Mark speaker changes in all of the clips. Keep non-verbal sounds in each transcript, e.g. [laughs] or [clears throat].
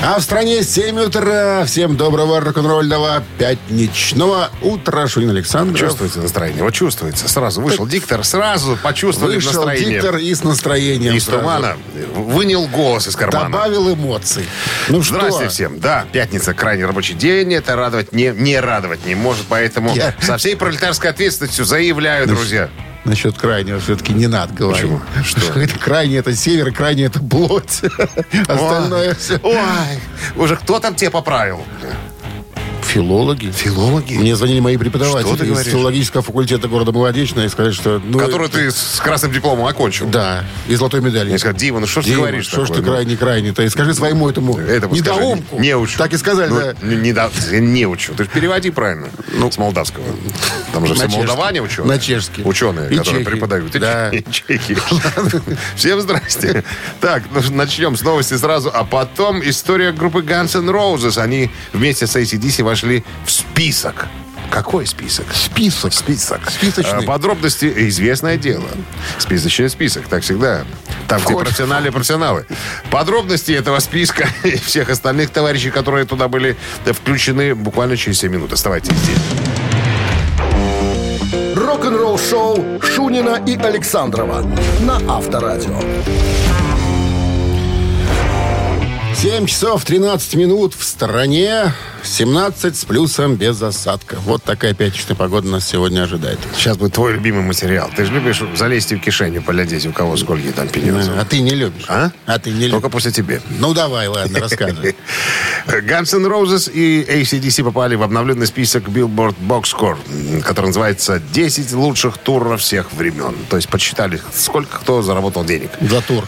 Speaker 1: А в стране 7 утра. Всем доброго рок-н-ролльного пятничного утра. Шунин Александр.
Speaker 2: Чувствуется настроение? Вот чувствуется. Сразу вышел диктор, сразу почувствовали
Speaker 1: Вышел
Speaker 2: настроение.
Speaker 1: диктор и с настроением.
Speaker 2: из
Speaker 1: сразу.
Speaker 2: тумана вынял голос из кармана.
Speaker 1: Добавил эмоций. Ну что?
Speaker 2: Здрасте всем. Да, пятница, крайне рабочий день. Это радовать не, не радовать не может. Поэтому
Speaker 1: Я- Ну
Speaker 2: со всей пролетарской ответственностью заявляю, друзья.
Speaker 1: Насчет крайнего все-таки не надо говорить.
Speaker 2: Почему? Что?
Speaker 1: Что это крайне это север, крайне это плоть. Остальное
Speaker 2: Ой,
Speaker 1: все.
Speaker 2: Ой, уже кто там тебя поправил?
Speaker 1: Филологи.
Speaker 2: Филологи?
Speaker 1: Мне звонили мои
Speaker 2: Что ты
Speaker 1: преподаватели из
Speaker 2: говоришь?
Speaker 1: филологического факультета города Молодечная и сказали, что... ну,
Speaker 2: Который ты с красным дипломом окончил.
Speaker 1: Да, и золотой медаль.
Speaker 2: Мне сказали, Дима, ну что ж ты
Speaker 1: Дима,
Speaker 2: говоришь
Speaker 1: Что ж
Speaker 2: такое?
Speaker 1: ты
Speaker 2: Ну,
Speaker 1: крайне-крайне? то и скажи своему этому
Speaker 2: Этому скажи,
Speaker 1: недоумку.
Speaker 2: Не учу.
Speaker 1: Так и сказали,
Speaker 2: Ну,
Speaker 1: да. Ну,
Speaker 2: Не, не до- не учу. Ты ж переводи правильно. с молдавского. Там же
Speaker 1: на
Speaker 2: все
Speaker 1: чешский.
Speaker 2: молдаване ученые.
Speaker 1: На чешский.
Speaker 2: Ученые,
Speaker 1: И
Speaker 2: которые
Speaker 1: чехи.
Speaker 2: преподают. И
Speaker 1: Да.
Speaker 2: че- и чехи. Всем здрасте. Так, ну, начнем с новости сразу. А потом история группы Guns N' Roses. Они вместе с ACDC вошли в список. Какой список?
Speaker 1: Список.
Speaker 2: Список.
Speaker 1: Списочный.
Speaker 2: А, Подробности известное дело. Списочный список, так всегда. Там, где
Speaker 1: Входит.
Speaker 2: профессиональные профессионалы. Подробности этого списка [laughs] и всех остальных товарищей, которые туда были включены, буквально через 7 минут. Оставайтесь здесь.
Speaker 3: Рок-н-ролл-шоу Шунина и Александрова на Авторадио.
Speaker 1: 7 часов 13 минут в стране. 17 с плюсом без осадка. Вот такая пятничная погода нас сегодня ожидает.
Speaker 2: Сейчас будет твой любимый материал. Ты же любишь залезть в кишеню, полядеть, у кого сколько там пенется.
Speaker 1: А ты не любишь?
Speaker 2: А?
Speaker 1: А ты не любишь?
Speaker 2: Только после тебе.
Speaker 1: Ну давай, ладно, рассказывай.
Speaker 2: Guns N' Roses и ACDC попали в обновленный список Billboard Boxcore, который называется «10 лучших туров всех времен». То есть подсчитали, сколько кто заработал денег.
Speaker 1: За тур.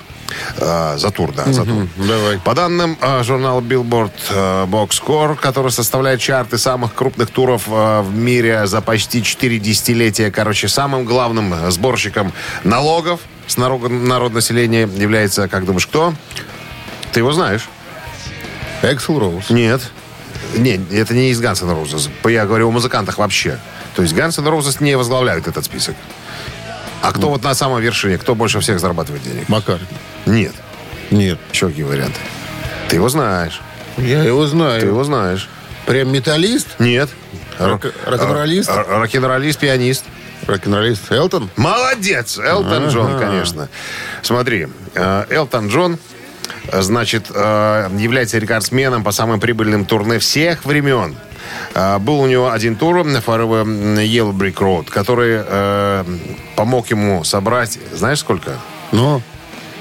Speaker 2: Э, за тур, да, за тур.
Speaker 1: Давай.
Speaker 2: По данным э, журнала Billboard э, Boxcore, который составляет чарты самых крупных туров э, в мире за почти 4 десятилетия, короче, самым главным сборщиком налогов с нарога- народнаселения является, как думаешь, кто? Ты его знаешь?
Speaker 1: Эксел Роуз.
Speaker 2: Нет. Нет, это не из Guns N' Roses. Я говорю о музыкантах вообще. То есть Guns N' Roses не возглавляют этот список. А кто вот на самой вершине? Кто больше всех зарабатывает денег?
Speaker 1: Макар.
Speaker 2: Нет.
Speaker 1: Нет.
Speaker 2: Еще какие варианты? Ты его знаешь.
Speaker 1: Я его
Speaker 2: Ты
Speaker 1: знаю.
Speaker 2: его знаешь.
Speaker 1: Прям металлист?
Speaker 2: Нет.
Speaker 1: Рок-
Speaker 2: Р-
Speaker 1: рок-н-роллист?
Speaker 2: р- Рок-н-роллист, пианист.
Speaker 1: Рок-н-роллист Элтон?
Speaker 2: Молодец! Элтон Джон, конечно. Смотри, э, Элтон Джон, э, значит, э, является рекордсменом по самым прибыльным турне всех времен. Э, Был у него один тур на Forever Yellow Brick Road, который э, помог ему собрать, знаешь сколько?
Speaker 1: Ну,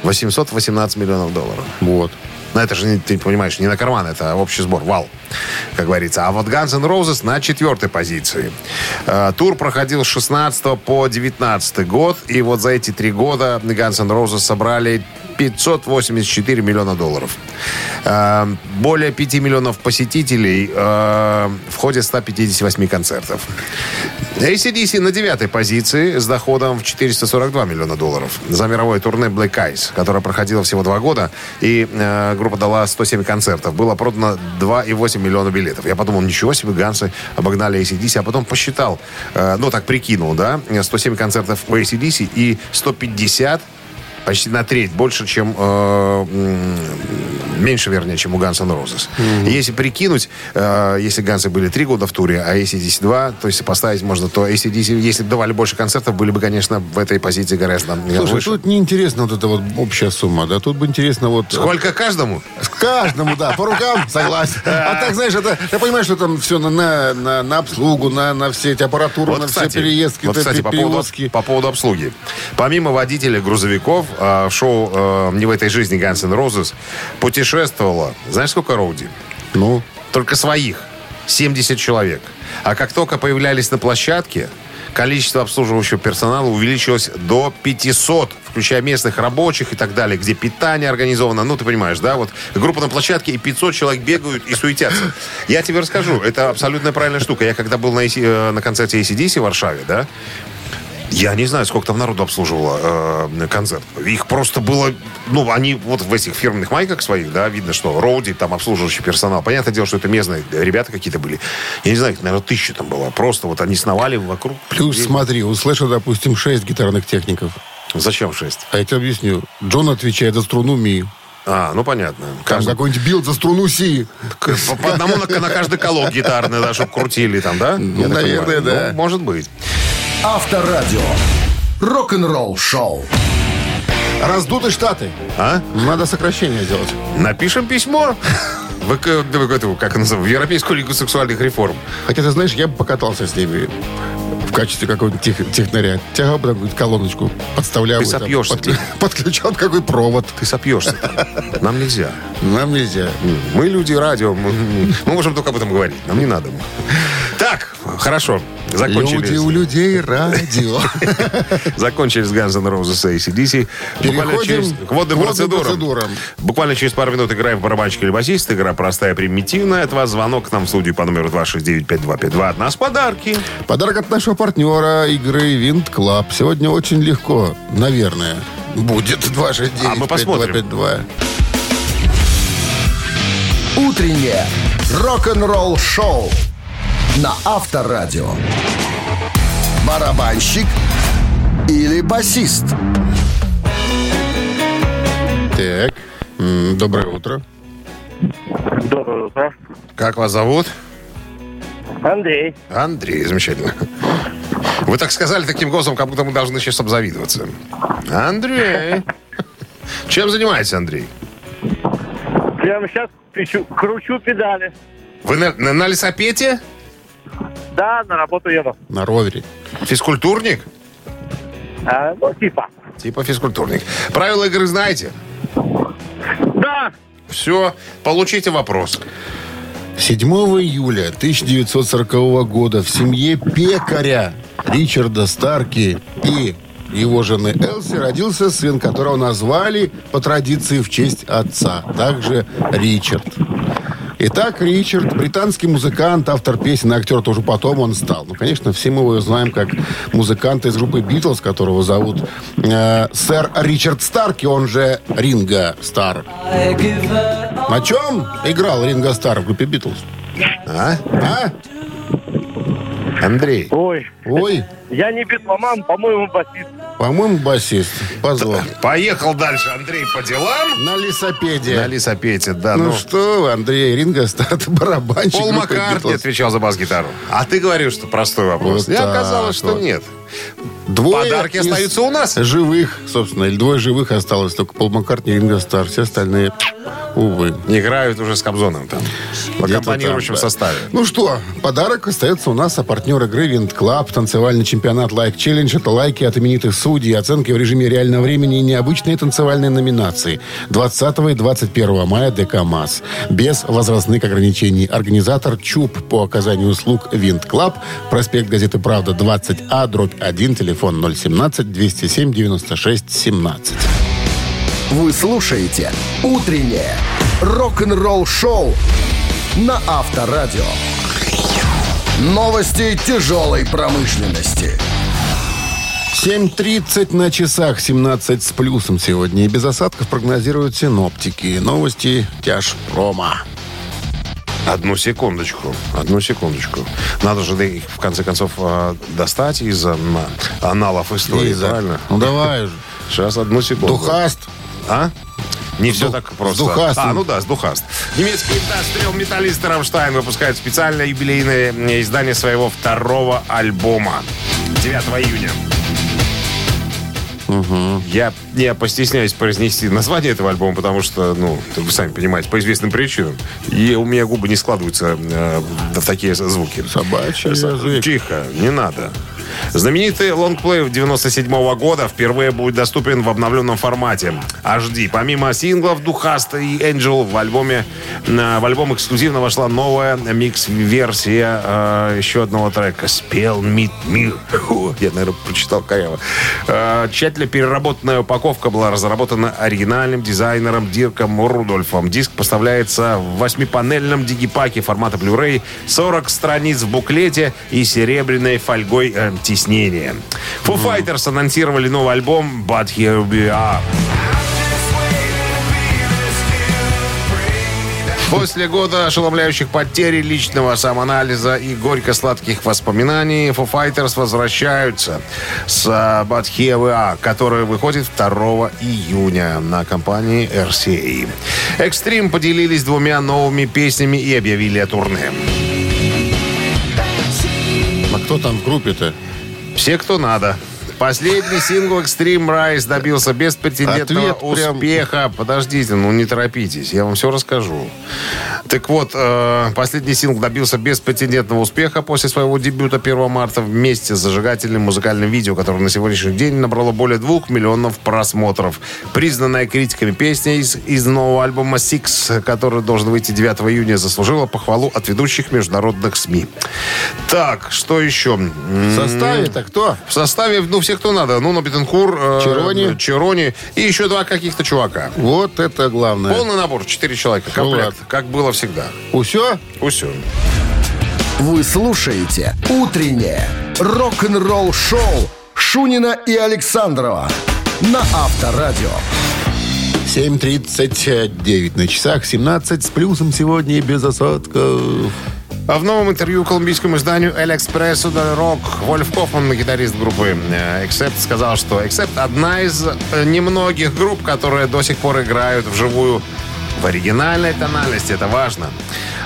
Speaker 2: 818 миллионов долларов.
Speaker 1: вот.
Speaker 2: Но это же, не- ты понимаешь, не на карман, это общий сбор, вал, как говорится. А вот Guns N' Roses на четвертой позиции. Э, Тур проходил с 16 по 19 год, и вот за эти три года Guns N' Roses собрали 584 миллиона долларов. Э, Более 5 миллионов посетителей э, в ходе 158 концертов. ACDC на девятой позиции с доходом в 442 миллиона долларов за мировое турне Black Eyes, которое проходило всего два года, и э, группа дала 107 концертов. Было продано 2,8 миллиона билетов. Я подумал, ничего себе, Гансы обогнали ACDC, а потом посчитал, э, ну так прикинул, да, 107 концертов у ACDC и 150 почти на треть больше, чем э, м, меньше, вернее, чем у Guns N' Roses. Если прикинуть, э, если Гансы были три года в туре, а ACDC два, то есть поставить можно, то ACDC, если бы давали больше концертов, были бы, конечно, в этой позиции гораздо э,
Speaker 1: Слушай,
Speaker 2: выше.
Speaker 1: тут неинтересно вот эта вот общая сумма, да? Тут бы интересно вот...
Speaker 2: Сколько каждому?
Speaker 1: С Каждому, да,
Speaker 2: [laughs]
Speaker 1: по рукам, согласен. А так, знаешь, это, я понимаю, что там все на, на, на, на обслугу, на, на все эти аппаратуры, на все переездки,
Speaker 2: вот,
Speaker 1: да,
Speaker 2: кстати, по, поводу,
Speaker 1: перевозки.
Speaker 2: по поводу обслуги. Помимо водителей грузовиков, э, в шоу э, «Не в этой жизни» Guns N' Roses путешествовало, знаешь, сколько роуди?
Speaker 1: Ну,
Speaker 2: Только своих. 70 человек. А как только появлялись на площадке, количество обслуживающего персонала увеличилось до 500, включая местных рабочих и так далее, где питание организовано. Ну, ты понимаешь, да? Вот группа на площадке, и 500 человек бегают и суетятся. Я тебе расскажу, это абсолютно правильная штука. Я когда был на, AC э, на концерте ACDC в Варшаве, да, Я не знаю, сколько там народу обслуживало э, концерт. Их просто было... Ну, они вот в этих фирменных майках своих, да, видно, что роуди, там обслуживающий персонал. Понятное дело, что это местные ребята какие-то были. Я не знаю, их, наверное, тысяча там было. Просто вот они сновали вокруг.
Speaker 1: Плюс,
Speaker 2: людей.
Speaker 1: смотри, услышал, допустим, шесть гитарных техников.
Speaker 2: Зачем шесть?
Speaker 1: А я тебе объясню. Джон отвечает за струну ми.
Speaker 2: А, ну понятно.
Speaker 1: Там
Speaker 2: Каждый-
Speaker 1: какой-нибудь билд за струну си.
Speaker 2: К- По, по одному на, на каждый колок гитарный, да, чтобы крутили там, да? Я так
Speaker 1: наверное,
Speaker 2: понимаю.
Speaker 1: да.
Speaker 2: Ну, может быть.
Speaker 3: Авторадио. Рок-н-ролл шоу.
Speaker 1: Раздуты штаты.
Speaker 2: А?
Speaker 1: Надо сокращение сделать.
Speaker 2: Напишем письмо. В, эко- в эту, как она называется, в Европейскую лигу сексуальных реформ.
Speaker 1: Хотя, ты знаешь, я бы покатался с ними в качестве какого-нибудь тех- технаря. Тягал бы такую колоночку, подставлял
Speaker 2: Ты
Speaker 1: бы там,
Speaker 2: сопьешься,
Speaker 1: подклю-
Speaker 2: ты.
Speaker 1: подключал бы какой провод.
Speaker 2: Ты сопьешься. Нам нельзя.
Speaker 1: Нам нельзя.
Speaker 2: Мы люди радио. Мы, мы можем только об этом говорить. Нам не надо. Так, хорошо.
Speaker 1: Люди у
Speaker 2: Закончили,
Speaker 1: людей радио.
Speaker 2: [laughs] закончили с Guns N' Roses и ACDC. Буквально
Speaker 1: Переходим
Speaker 2: через-
Speaker 1: к
Speaker 2: к водным
Speaker 1: водным
Speaker 2: процедурам.
Speaker 1: процедурам.
Speaker 2: Буквально через пару минут играем в барабанщик или басист. Игра простая, примитивная. От вас звонок к нам в студию по номеру 269-5252. От нас подарки.
Speaker 1: Подарок от нашего партнера игры Винт Клаб. Сегодня очень легко, наверное, будет 269
Speaker 2: А мы посмотрим.
Speaker 1: 5252.
Speaker 3: Утреннее рок-н-ролл шоу на Авторадио. Барабанщик или басист?
Speaker 1: Так, м, доброе утро.
Speaker 4: Доброе утро.
Speaker 2: Как вас зовут?
Speaker 4: Андрей.
Speaker 2: Андрей, замечательно. Вы так сказали таким голосом, как будто мы должны сейчас обзавидоваться. Андрей. Чем занимаетесь, Андрей?
Speaker 4: Прямо сейчас пищу- кручу педали.
Speaker 2: Вы на, на- на лесопете?
Speaker 4: Да, на работу еду.
Speaker 1: На ровере.
Speaker 2: Физкультурник?
Speaker 4: А, ну, типа.
Speaker 2: Типа физкультурник. Правила игры знаете?
Speaker 4: Да,
Speaker 2: Все, получите вопрос.
Speaker 1: 7 июля 1940 года в семье пекаря Ричарда Старки и его жены Элси родился сын, которого назвали по традиции в честь отца, также Ричард. Итак, Ричард, британский музыкант, автор песен, и актер тоже потом он стал. Ну, конечно, все мы его знаем как музыканта из группы Битлз, которого зовут э, сэр Ричард Старки, он же Ринго Стар. На чем играл Ринго Стар в группе Битлз?
Speaker 2: А?
Speaker 1: А?
Speaker 2: Андрей.
Speaker 4: ой,
Speaker 1: Ой,
Speaker 4: я не битломан, по-моему, басист.
Speaker 1: по-моему, басист. Позор.
Speaker 2: Поехал дальше, Андрей, по делам.
Speaker 1: На лесопеде.
Speaker 2: На лесопете, да.
Speaker 1: Ну
Speaker 2: Ну,
Speaker 1: что вы, Андрей, [laughs] Ринго Стар, ты барабанщик.
Speaker 2: Пол
Speaker 1: группы
Speaker 2: Маккартни
Speaker 1: Битлз.
Speaker 2: отвечал за бас-гитару. А ты говорил, что простой вопрос.
Speaker 1: Вот
Speaker 2: И
Speaker 1: так
Speaker 2: оказалось, что
Speaker 1: вот.
Speaker 2: нет.
Speaker 1: Двое
Speaker 2: Подарки
Speaker 1: из
Speaker 2: остаются у нас.
Speaker 1: Живых, собственно, или двое живых осталось. Только Пол Маккартни и Ринго Стар. Все остальные, увы.
Speaker 2: Играют уже с Кобзоном там. В
Speaker 1: Где-то
Speaker 2: аккомпанирующем
Speaker 1: там, да.
Speaker 2: составе.
Speaker 1: Ну что, подарок остается у нас, а партнер игры Винт Клаб, танцевальный чемпионат Лайк Челлендж. Это лайки от именитых судей, оценки в режиме реального времени и необычные танцевальные номинации. 20 и 21 мая ДК МАЗ. Без возрастных ограничений. Организатор ЧУП по оказанию услуг Винт Клаб. Проспект газеты «Правда» 20А, дробь 1, телефон 017-207-96-17.
Speaker 3: Вы слушаете «Утреннее рок-н-ролл-шоу» на Авторадио. Новости тяжелой промышленности.
Speaker 1: 7.30 на часах, 17 с плюсом сегодня. И без осадков прогнозируют синоптики. Новости тяжпрома.
Speaker 2: Одну секундочку, одну секундочку. Надо же их, в конце концов, э, достать из э, м, аналов истории,
Speaker 1: Лиза,
Speaker 2: правильно?
Speaker 1: Ну давай же.
Speaker 2: Сейчас, одну секунду.
Speaker 1: Духаст.
Speaker 2: А? Не все
Speaker 1: дух-
Speaker 2: так
Speaker 1: с
Speaker 2: просто.
Speaker 1: Духастом.
Speaker 2: А, ну да, с Духаст. Немецкий индастриал металлист Рамштайн выпускает специальное юбилейное э, издание своего второго альбома. 9 июня. Я не постесняюсь произнести название этого альбома, потому что, ну, вы сами понимаете, по известным причинам. И у меня губы не складываются э, в такие звуки.
Speaker 1: Собачий язык.
Speaker 2: Тихо, не надо. Знаменитый лонгплей 97 года впервые будет доступен в обновленном формате HD. Помимо синглов Духаста и Angel в альбоме э, в альбом эксклюзивно вошла новая микс-версия э, еще одного трека «Спел Мит Мир». Ху, Я, наверное, прочитал коряво. Э, тщательно переработанная упаковка была разработана оригинальным дизайнером Дирком Рудольфом. Диск поставляется в восьмипанельном дигипаке формата Blu-ray, 40 страниц в буклете и серебряной фольгой э, теснение. Foo Fighters анонсировали новый альбом But Here We Are. После года ошеломляющих потерь и личного самоанализа и горько-сладких воспоминаний Foo Fighters возвращаются с э, But Here We Are, который выходит 2 июня на компании RCA. Экстрим поделились двумя новыми песнями и объявили о турне.
Speaker 1: А кто там в группе-то?
Speaker 2: Все, кто надо. Последний сингл Extreme Rise добился беспретендентного
Speaker 1: Ответ прям-
Speaker 2: успеха. Подождите, ну не торопитесь, я вам все расскажу. Так вот, э, последний сингл добился беспретендентного успеха после своего дебюта 1 марта вместе с зажигательным музыкальным видео, которое на сегодняшний день набрало более двух миллионов просмотров. Признанная критиками песня из, из нового альбома Six, который должен выйти 9 июня, заслужила похвалу от ведущих международных СМИ. Так, что еще? М-м.
Speaker 1: В составе-то кто?
Speaker 2: В составе, ну, все, кто надо. Ну, на Бетенкур, э,
Speaker 1: Чирони.
Speaker 2: Чирони и еще два каких-то чувака.
Speaker 1: Вот это главное.
Speaker 2: Полный набор, четыре человека,
Speaker 1: Ну,
Speaker 2: комплект,
Speaker 1: ладно.
Speaker 2: как было всегда.
Speaker 1: Усё?
Speaker 2: Усё.
Speaker 3: Вы слушаете «Утреннее рок-н-ролл-шоу» Шунина и Александрова на Авторадио.
Speaker 1: 7.39 на часах, 17 с плюсом сегодня и без осадков.
Speaker 2: А в новом интервью колумбийскому изданию «Эль Экспрессо Дель Рок» Вольф Кофман, гитарист группы э, Accept, сказал, что Accept одна из э, немногих групп, которые до сих пор играют вживую в оригинальной тональности. Это важно.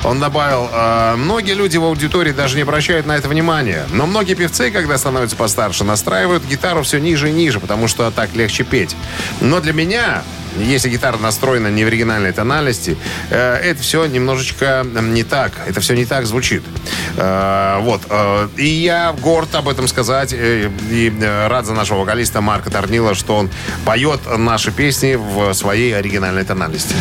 Speaker 2: Он добавил, «Э, многие люди в аудитории даже не обращают на это внимания. Но многие певцы, когда становятся постарше, настраивают гитару все ниже и ниже, потому что так легче петь. Но для меня если гитара настроена не в оригинальной тональности, э, это все немножечко м, не так. Это все не так звучит. Э, вот. э, и я горд об этом сказать. э, и э, рад за нашего вокалиста Марка Торнила, что он поет наши песни в своей оригинальной тональности.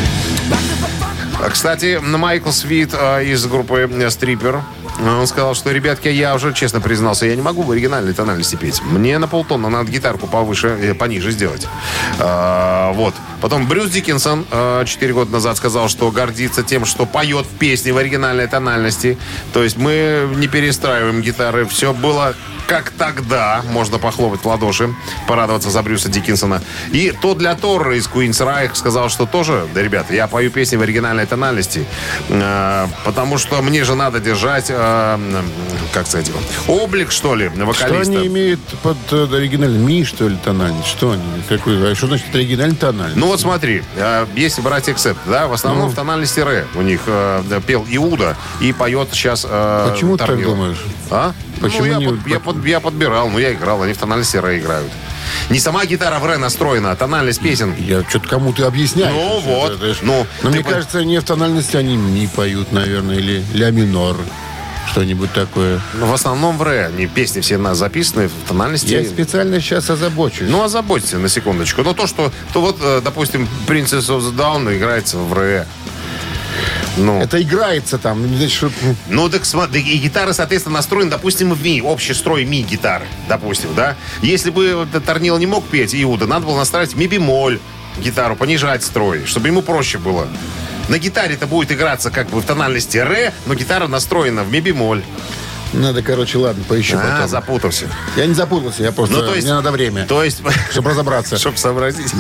Speaker 2: А, Кстати, Майкл Свит э, из группы э, Stripper, э, он сказал, что, ребятки, я уже честно признался, я не могу в оригинальной тональности петь. Мне на полтона надо гитарку повыше, э, пониже сделать. А, вот. Потом Брюс Диккинсон э, 4 года назад сказал, что гордится тем, что поет песни в оригинальной тональности. То есть мы не перестраиваем гитары. Все было как тогда. Можно похлопать в ладоши, порадоваться за Брюса Диккинсона. И то для Торра из Queen's Reich сказал, что тоже, да, ребята, я пою песни в оригинальной тональности, э, потому что мне же надо держать, э, м, как сказать, облик, что ли,
Speaker 1: Что
Speaker 2: вокалиста.
Speaker 1: они имеют под э, оригинальный ми, что ли, тональность? Что они? Какой, а что значит оригинальный тональность?
Speaker 2: Ну вот смотри, э, если брать эксепт, да, в основном
Speaker 1: Ну.
Speaker 2: в тональности ре у них э, да, пел Иуда и поет сейчас э,
Speaker 1: Почему ты так думаешь?
Speaker 2: А?
Speaker 1: Почему
Speaker 2: Ну, я,
Speaker 1: не-
Speaker 2: под- я под- я подбирал, но я играл, они в тональности ре играют. Не сама гитара в ре настроена, а тональность песен.
Speaker 1: Я что-то кому-то объясняю.
Speaker 2: Ну
Speaker 1: Это,
Speaker 2: вот,
Speaker 1: это ж-
Speaker 2: ну,
Speaker 1: Но
Speaker 2: ты
Speaker 1: мне
Speaker 2: по-
Speaker 1: кажется, не в тональности они ми поют, наверное, или ля минор. Что-нибудь такое.
Speaker 2: Ну, В основном в ре, они песни все на записаны в тональности.
Speaker 1: Я специально сейчас озабочусь.
Speaker 2: Ну, озаботьте на секундочку. Но то, что... То вот, э, допустим, Princess of the Down играется в ре. Ну,
Speaker 1: это играется там, не значит, что...
Speaker 2: ну так сма- да и гитара, соответственно, настроена, допустим, в ми, общий строй ми гитары, допустим, да? Если бы вот этот Торнил не мог петь Иуда, надо было настраивать ми бемоль гитару, понижать строй, чтобы ему проще было. На гитаре это будет играться как бы в тональности ре, но гитара настроена в ми бемоль.
Speaker 1: Надо, короче, ладно, поищу
Speaker 2: А,
Speaker 1: потом.
Speaker 2: запутался.
Speaker 1: Я не запутался, я просто...
Speaker 2: Ну, то есть-
Speaker 1: Мне надо время,
Speaker 2: То есть... [laughs]
Speaker 1: чтобы разобраться.
Speaker 2: Чтобы сообразить.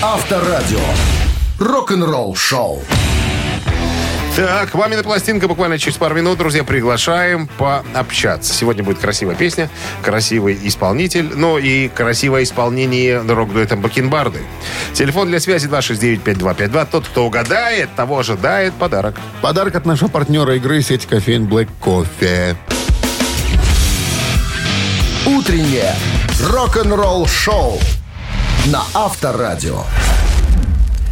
Speaker 3: Авторадио. Рок-н-ролл-шоу.
Speaker 2: Так, «Мамина пластинка» буквально через пару минут. Друзья, приглашаем пообщаться. Сегодня будет красивая песня, красивый исполнитель, ну и красивое исполнение рок-дуэтом Бакенбарды. Телефон для связи 269-5252. Тот, кто угадает, того ожидает подарок.
Speaker 1: Подарок от нашего партнера игры сеть кофеин Black Кофе.
Speaker 3: «Утреннее рок-н-ролл-шоу» на Авторадио.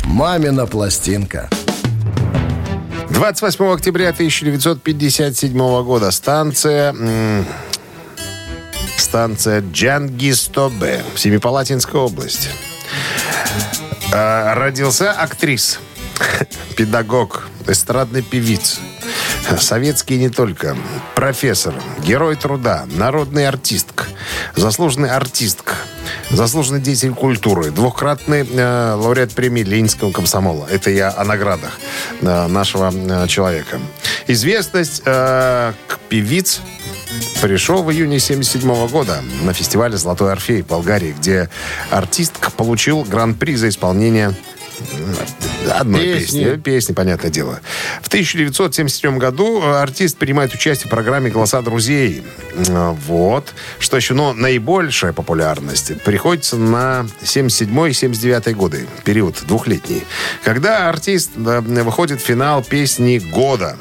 Speaker 3: «Мамина пластинка».
Speaker 2: 28 октября 1957 года. Станция... м, Станция Джангистобе. Семипалатинская область. Э, Родился актрис, педагог, эстрадный певиц, советский и не только, профессор, герой труда, народный артистк, заслуженный артистк, заслуженный деятель культуры, двухкратный э, лауреат премии Ленинского комсомола. Это я о наградах э, нашего э, человека. Известность э, к певиц пришел в июне 1977 года на фестивале «Золотой Орфей» в Болгарии, где артистка получил гран-при за исполнение м, одной
Speaker 1: Песни.
Speaker 2: песни. Э, Песни, понятное дело. В 1977 году э, артист принимает участие в программе «Голоса друзей». М, Вот. Что еще? Но наибольшая популярность приходится на 77-79 годы. Период двухлетний. Когда артист э, выходит в финал песни «Года».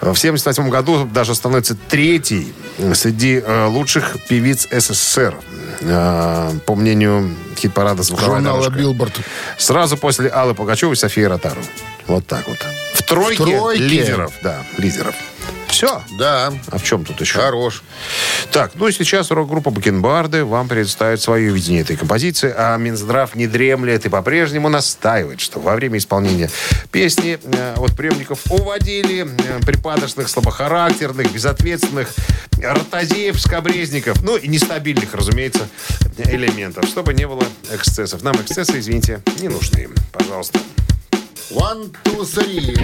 Speaker 2: В 1978 году даже становится третий среди э, лучших певиц СССР. Э, по мнению хит-парада «Звуковая
Speaker 1: Журнала
Speaker 2: дорожка».
Speaker 1: «Билборд».
Speaker 2: Сразу после Аллы Пугачевой и Софии Ротару. Вот так вот. В тройке,
Speaker 1: В тройке.
Speaker 2: лидеров. Да, лидеров. Все.
Speaker 1: Да,
Speaker 2: А в чем тут еще?
Speaker 1: хорош.
Speaker 2: Так, ну и сейчас рок-группа Бакенбарды вам представит свое видение этой композиции, а Минздрав не дремлет и по-прежнему настаивает, что во время исполнения песни э, от приемников уводили э, припадочных, слабохарактерных, безответственных, ротозеев, скобрезников, ну и нестабильных, разумеется, элементов, чтобы не было эксцессов. Нам эксцессы, извините, не нужны. Пожалуйста.
Speaker 1: One, two, three.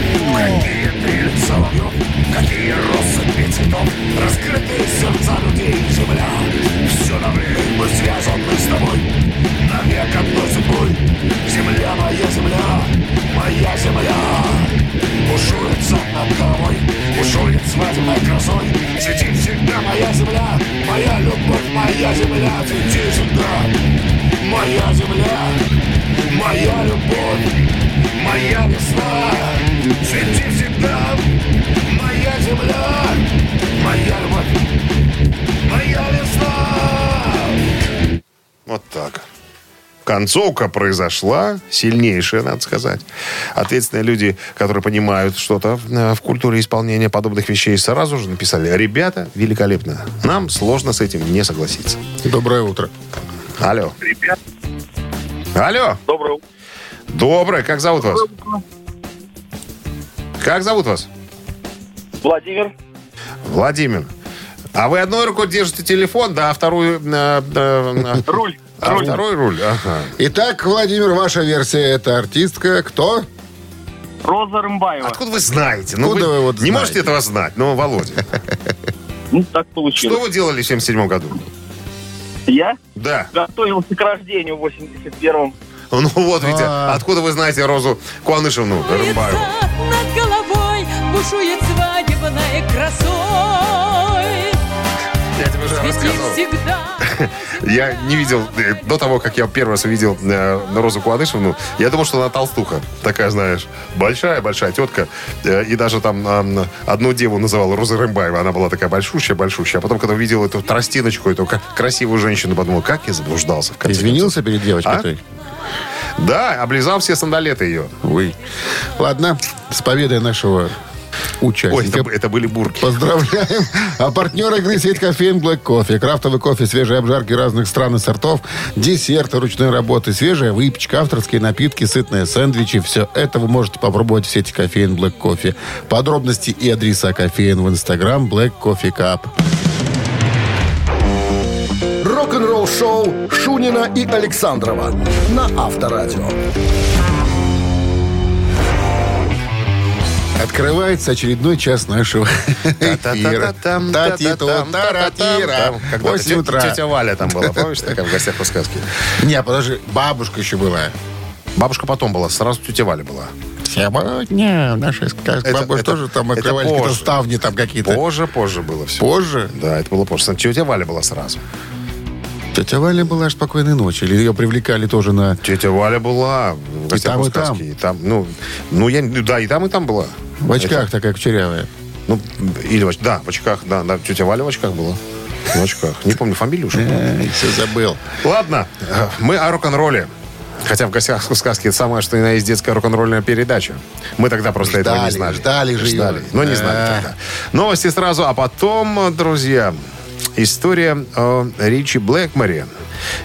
Speaker 2: Вот так. Концовка произошла, сильнейшая, надо сказать. Ответственные люди, которые понимают что-то э, в культуре исполнения подобных вещей, сразу же написали, ребята, великолепно, нам сложно с этим не согласиться.
Speaker 1: Доброе утро.
Speaker 2: Алло.
Speaker 4: Ребят,
Speaker 2: Алло.
Speaker 4: доброе утро.
Speaker 2: Доброе, как зовут вас? Как зовут вас?
Speaker 4: Владимир.
Speaker 2: Владимир. А вы одной рукой держите телефон, да, а вторую... э, э, э,
Speaker 4: Руль.
Speaker 2: а
Speaker 4: Руль.
Speaker 2: второй руль, ага.
Speaker 1: Итак, Владимир, ваша версия. Это артистка. Кто?
Speaker 4: Роза Рымбаева.
Speaker 5: А
Speaker 2: Откуда вы знаете? Ну,
Speaker 1: Откуда вы вот
Speaker 2: не
Speaker 1: знаете?
Speaker 2: можете этого знать, но Володя.
Speaker 4: Ну, так
Speaker 2: Что
Speaker 4: получилось.
Speaker 2: вы делали в 77 году?
Speaker 4: Я
Speaker 2: Да.
Speaker 4: готовился к рождению в 81-м.
Speaker 2: Ну вот, видите,
Speaker 1: А.
Speaker 2: откуда вы знаете Розу Куанышевну Рымбаеву?
Speaker 6: Над головой бушует свадебной красой.
Speaker 2: Я тебе уже
Speaker 6: Светит
Speaker 2: рассказывал.
Speaker 6: всегда.
Speaker 2: Я не видел, э, до того, как я первый раз увидел э, Розу Куанышевну, я думал, что она толстуха. Такая, знаешь, большая-большая тетка. Э, И даже там э, одну деву называла Роза Рымбаева. Она была такая большущая-большущая. А потом, когда увидел эту тростиночку, эту как красивую женщину, подумал, как я заблуждался. в конце
Speaker 1: Извинился перед девочкой
Speaker 2: А?
Speaker 1: той?
Speaker 2: концов. Да, облизал все сандалеты ее.
Speaker 1: Вы. Ладно, с победой нашего
Speaker 2: Ой,
Speaker 1: участника.
Speaker 2: это, это были бурки.
Speaker 1: Поздравляем. А партнер игры сеть кофеин Black Coffee. Крафтовый кофе, свежие обжарки разных стран и сортов, десерты ручной работы, свежая выпечка, авторские напитки, сытные сэндвичи. Все это вы можете попробовать в сети кофеин Black Coffee. Подробности и адреса кофеин в инстаграм Black Coffee Cup.
Speaker 3: Рок-н-ролл-шоу Шунина и Александрова на Авторадио.
Speaker 1: Открывается очередной час нашего эфира.
Speaker 2: Та-та-та-та-там,
Speaker 1: Та-ти-ту,
Speaker 2: та-та-там,
Speaker 1: та-ра-ти-ра.
Speaker 2: та-та-там. Когда-то
Speaker 1: 8
Speaker 2: тё-
Speaker 1: утра.
Speaker 2: Тетя Валя там была, помнишь, такая в гостях по сказке.
Speaker 1: Не, подожди, бабушка еще была.
Speaker 2: Бабушка потом была, сразу тетя Валя была.
Speaker 1: Сегодня наши сказки.
Speaker 2: Это-
Speaker 1: Бабушка
Speaker 2: это-
Speaker 1: тоже там
Speaker 2: это
Speaker 1: открывали какие-то
Speaker 2: позже.
Speaker 1: ставни там какие-то.
Speaker 2: Позже, позже было все.
Speaker 1: Позже?
Speaker 2: Да, это было позже. Сначала Тетя Валя была сразу.
Speaker 1: Тетя Валя была спокойной ночи. Или ее привлекали тоже на...
Speaker 2: Тетя Валя была в гостях
Speaker 1: там,
Speaker 2: у
Speaker 1: и там.
Speaker 2: сказки. И там, ну, ну, я, не- да, и там, и там была.
Speaker 1: В очках такая кучерявая.
Speaker 2: Ну, или в оч- да, в очках, да, да, тетя Валя в очках была. В очках. Не помню фамилию уже.
Speaker 1: Ай, Все забыл.
Speaker 2: Ладно, э, мы о рок-н-ролле. Хотя в гостях у сказки это самое, что и на есть детская рок-н-ролльная передача. Мы тогда просто этого не
Speaker 1: Ждали,
Speaker 2: знали.
Speaker 1: ждали же
Speaker 2: Ждали,
Speaker 1: ее.
Speaker 2: но не
Speaker 1: Да.
Speaker 2: знали тогда. Новости сразу, а потом, э, друзья, история о Ричи Блэкморе.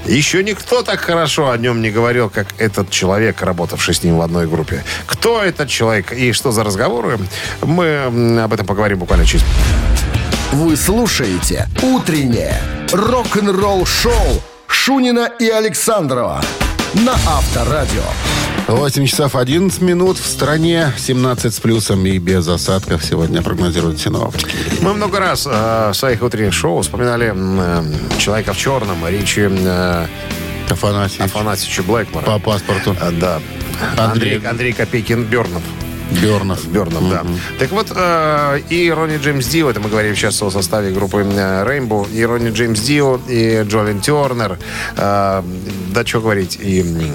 Speaker 2: Еще никто так хорошо о нем не говорил, как этот человек, работавший с ним в одной группе. Кто этот человек и что за разговоры, мы м, об этом поговорим буквально через
Speaker 3: Вы слушаете «Утреннее рок-н-ролл-шоу» Шунина и Александрова на Авторадио.
Speaker 1: 8 часов 11 минут в стране, 17 с плюсом и без осадков сегодня прогнозируют синоптики.
Speaker 2: Мы много раз э, в своих утренних шоу вспоминали м, э, человека в черном, Ричи э,
Speaker 1: Афанасий
Speaker 2: Афанасьевича Блэкмора.
Speaker 1: по паспорту
Speaker 2: Э, Да.
Speaker 1: Андрей-
Speaker 2: Андрей, Андрей Копейкин Бернов.
Speaker 1: Бернов.
Speaker 2: Бёрном, да. Так вот, э, и Ронни Джеймс Дио, это мы говорим сейчас о составе группы Рейнбоу, и Ронни Джеймс Дио, и Джолин Тернер, э, да что говорить, и м,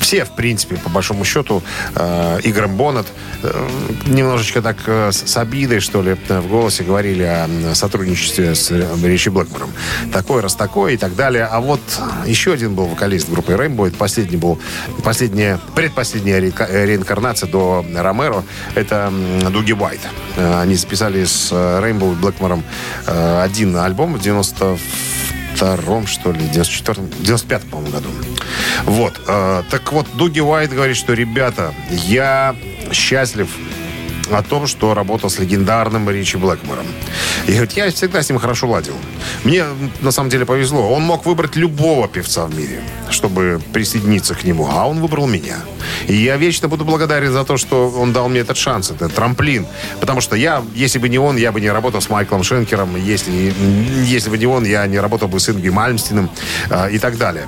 Speaker 2: все, в принципе, по большому счету, э, и Грэм Боннет, э, немножечко так э, с, с обидой, что ли, э, в голосе говорили о м, сотрудничестве с э, Ричи Блэкмором. Такой, раз такой и так далее. А вот еще один был вокалист группы Рейнбоу, это последний был, последняя, предпоследняя реинка- э, реинкарнация до Ромеро, это м, Дуги Уайт. Э, Они записали с э, Рейнбоу и Блэкмором э, один альбом в 92 втором, что ли, 94-м, 95-м, по-моему, году. Вот. э, так вот, Дуги Уайт говорит, что, ребята, я счастлив о том, что работал с легендарным Ричи Блэкмором. И говорит, я всегда с ним хорошо ладил. Мне, м, на самом деле, повезло. Он мог выбрать любого певца в мире, чтобы присоединиться к нему, а он выбрал меня. И я вечно буду благодарен за то, что он дал мне этот шанс, этот трамплин. Потому что я, если бы не он, я бы не работал с Майклом Шенкером, если, если бы не он, я не работал бы с Инги Мальмстиным э, и так далее.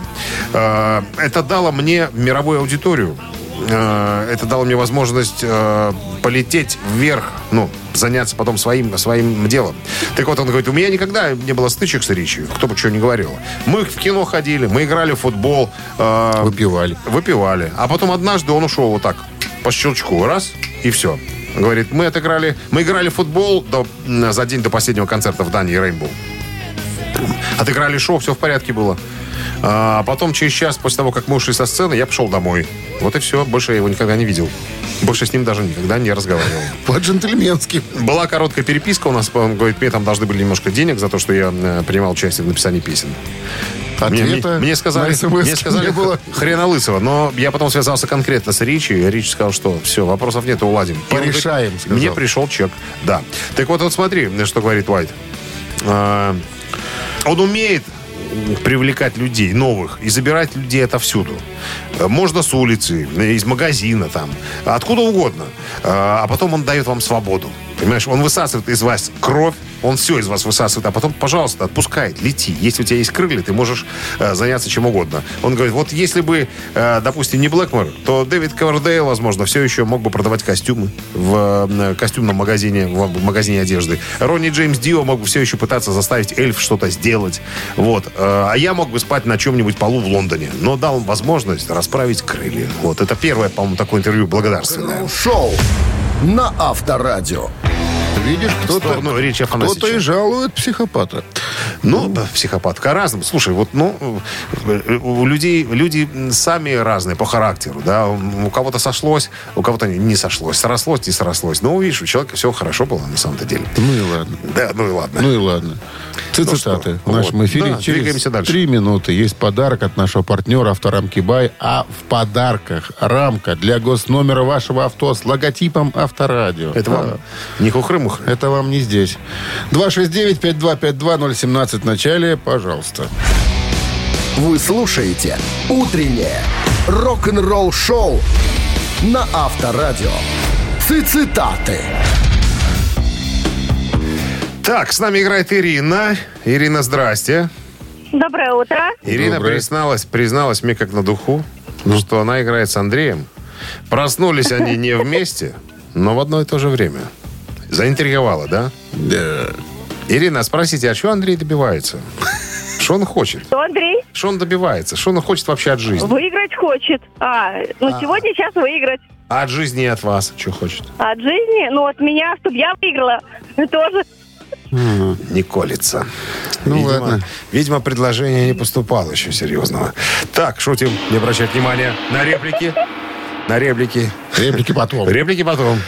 Speaker 2: Э, это дало мне мировую аудиторию. Э, это дало мне возможность э, полететь вверх, ну, заняться потом своим, своим делом. Так вот, он говорит, у меня никогда не было стычек с Ричи, кто бы что ни говорил. Мы в кино ходили, мы играли в футбол. э,
Speaker 1: Выпивали.
Speaker 2: выпивали. А потом однажды он ушел вот так, по щелчку, раз, и все. Говорит, мы отыграли, мы играли в футбол до- м, за день до последнего концерта в Дании Рейнбоу. Отыграли шоу, все в порядке было. А потом через час после того, как мы ушли со сцены, я пошел домой. Вот и все, больше я его никогда не видел. Больше с ним даже никогда не разговаривал.
Speaker 1: По-джентльменски.
Speaker 2: Была короткая переписка у нас, он говорит, мне там должны были немножко денег за то, что я э, принимал участие в написании песен. Мне,
Speaker 1: Ответа
Speaker 2: мне- мне сказали,
Speaker 1: А на СМС
Speaker 2: мне сказали [laughs]
Speaker 1: не было.
Speaker 2: хрена лысого, но я потом связался конкретно с Ричи, и Ричи сказал, что все, вопросов нет, уладим. И он говорит,
Speaker 1: Порешаем, сказал.
Speaker 2: Мне пришел чек, да. Так вот, вот смотри, что говорит Уайт. А, Он умеет привлекать людей новых и забирать людей отовсюду. Э, Можно с улицы, э, из магазина там, откуда угодно. А а потом он дает вам свободу. Понимаешь, он высасывает из вас кровь, он все из вас высасывает, а потом, пожалуйста, отпускает, лети. Если у тебя есть крылья, ты можешь э, заняться чем угодно. Он говорит, вот если бы, э, допустим, не Блэкмор, то Дэвид Ковердейл, возможно, все еще мог бы продавать костюмы в э, костюмном магазине, в, в магазине одежды. Ронни Джеймс Дио мог бы все еще пытаться заставить эльф что-то сделать. Вот. Э, А я мог бы спать на чем-нибудь полу в Лондоне. Но дал возможность расправить крылья. Вот. Это первое, по-моему, такое интервью благодарственное.
Speaker 3: Шоу на Авторадио.
Speaker 1: Видишь, кто-то
Speaker 2: Ну, речь
Speaker 1: кто-то и жалует психопата.
Speaker 2: Ну, да, психопатка разным. Слушай, вот, ну, э, у людей, люди м, сами разные по характеру, да. У кого-то сошлось, у кого-то не- не сошлось. Срослось, не срослось. Но, видишь, у человека все хорошо было, на самом-то деле.
Speaker 1: Ну и ладно.
Speaker 2: Да, ну и ладно.
Speaker 1: Ну и ладно. Цитаты
Speaker 2: что,
Speaker 1: в нашем
Speaker 2: вот.
Speaker 1: эфире.
Speaker 2: Да,
Speaker 1: Через
Speaker 2: двигаемся дальше.
Speaker 1: три минуты есть подарок от нашего партнера «Авторамки Бай». А в подарках рамка для госномера вашего авто с логотипом «Авторадио».
Speaker 2: Это
Speaker 1: Да.
Speaker 2: вам не хухры-мухры.
Speaker 1: Это вам не здесь. 269-5252-017 в начале, пожалуйста.
Speaker 3: Вы слушаете «Утреннее рок-н-ролл-шоу» на Авторадио. Цитаты.
Speaker 2: Так, с нами играет Ирина. Ирина, здрасте.
Speaker 7: Доброе утро.
Speaker 2: Ирина
Speaker 1: Доброе.
Speaker 2: призналась, призналась мне как на духу, ну, что она играет с Андреем. Проснулись они не вместе, но в одно и то же время. Заинтриговала, да? Ирина, спросите, а чего Андрей добивается? Что он хочет?
Speaker 7: Что, Андрей?
Speaker 2: Что он добивается? Что он хочет вообще от жизни?
Speaker 7: Выиграть хочет. А, ну сегодня сейчас выиграть.
Speaker 2: А от жизни и от вас что хочет?
Speaker 7: А от жизни, ну от меня, чтобы я выиграла, Ну, тоже.
Speaker 2: Не колется.
Speaker 1: Ну,
Speaker 2: видимо,
Speaker 1: ладно.
Speaker 2: Видимо, предложение не поступало еще серьезного. Так, шутим, не обращать внимания на реплики. На реплики.
Speaker 1: Реплики потом.
Speaker 2: Реплики потом.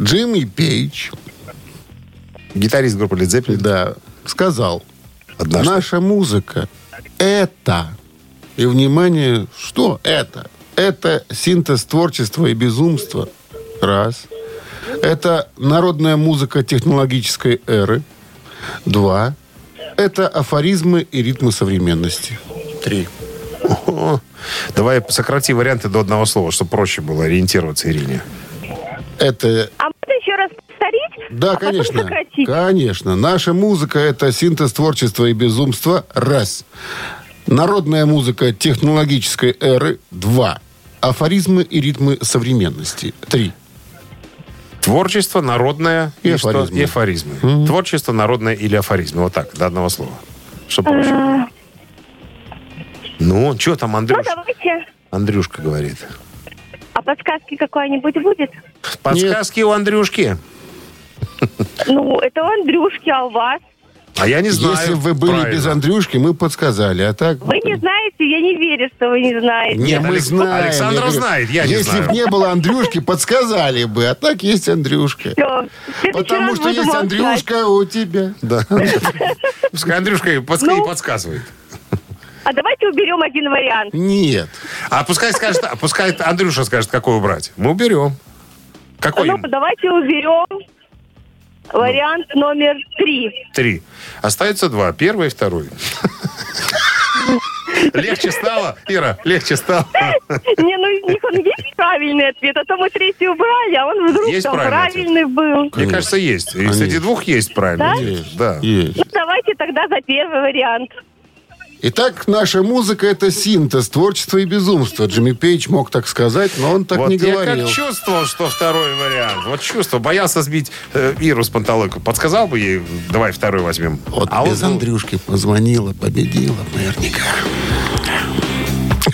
Speaker 1: Джимми Пейдж,
Speaker 2: Гитарист группы Led Zeppelin
Speaker 1: да, сказал,
Speaker 2: однажды.
Speaker 1: наша музыка — это... И, внимание, что это? Это синтез творчества и безумства. Раз. Это народная музыка технологической эры. Два. Это афоризмы и ритмы современности. Три.
Speaker 2: О, Давай сократи варианты до одного слова, чтобы проще было ориентироваться Ирине.
Speaker 1: Это,
Speaker 7: А можно еще раз повторить?
Speaker 1: да,
Speaker 7: а потом
Speaker 1: конечно.
Speaker 7: сократить.
Speaker 1: Конечно. Наша музыка – это синтез творчества и безумства – раз. Народная музыка технологической эры – два. Афоризмы и ритмы современности – три.
Speaker 2: Творчество народное и,
Speaker 1: И
Speaker 2: что?
Speaker 1: афоризмы.
Speaker 2: И афоризмы. Творчество народное или афоризмы. Вот так, до одного слова.
Speaker 7: Э,
Speaker 2: Что проще? Ну, что там
Speaker 7: Ну,
Speaker 2: Андрюш...
Speaker 7: давайте.
Speaker 2: Андрюшка говорит?
Speaker 7: А подсказки какой-нибудь будет?
Speaker 2: Подсказки у Андрюшки.
Speaker 7: Ну, это у Андрюшки, а у вас?
Speaker 2: А я не знаю.
Speaker 1: Если вы были
Speaker 2: Правильно.
Speaker 1: без Андрюшки, мы подсказали. А так...
Speaker 7: Вы не знаете, я не верю, что вы не знаете.
Speaker 1: Не,
Speaker 2: Нет,
Speaker 1: мы
Speaker 2: Алекс-
Speaker 1: знаем.
Speaker 2: Александра
Speaker 1: говорю,
Speaker 2: знает, я не
Speaker 1: если
Speaker 2: знаю.
Speaker 1: бы не было Андрюшки, подсказали бы. А так есть Андрюшка.
Speaker 7: Все.
Speaker 1: Потому что есть Андрюшка у тебя. Да.
Speaker 2: Пускай Андрюшка и подск-
Speaker 7: Ну.
Speaker 2: и подсказывает.
Speaker 7: А давайте уберем один вариант.
Speaker 1: Нет.
Speaker 2: А пускай скажет, а пускай Андрюша скажет, какой убрать. Мы уберем. Какой?
Speaker 7: Ну, давайте уберем вариант номер три.
Speaker 2: Три. Остается два. Первый и второй.
Speaker 7: Ну.
Speaker 2: Легче стало, Ира, легче стало.
Speaker 7: [laughs] Не, ну, у них он есть правильный ответ, а то мы третий убрали, а он вдруг
Speaker 2: Есть
Speaker 7: там
Speaker 2: правильный ответ?
Speaker 7: правильный был.
Speaker 2: Мне кажется, есть. И среди двух есть правильно.
Speaker 7: Да?
Speaker 2: Есть, Да.
Speaker 1: Есть.
Speaker 7: Ну, давайте тогда за первый вариант.
Speaker 1: Итак, наша музыка – это синтез творчества и безумства. Джимми Пейдж мог так сказать, но он так
Speaker 2: вот
Speaker 1: не
Speaker 2: я
Speaker 1: говорил.
Speaker 2: как чувствовал, что второй вариант. Вот чувствовал. Боялся сбить э, Иру с панталыку. Подсказал бы ей, давай второй возьмем.
Speaker 1: Вот
Speaker 2: А он
Speaker 1: без
Speaker 2: был-
Speaker 1: Андрюшки позвонила, победила наверняка.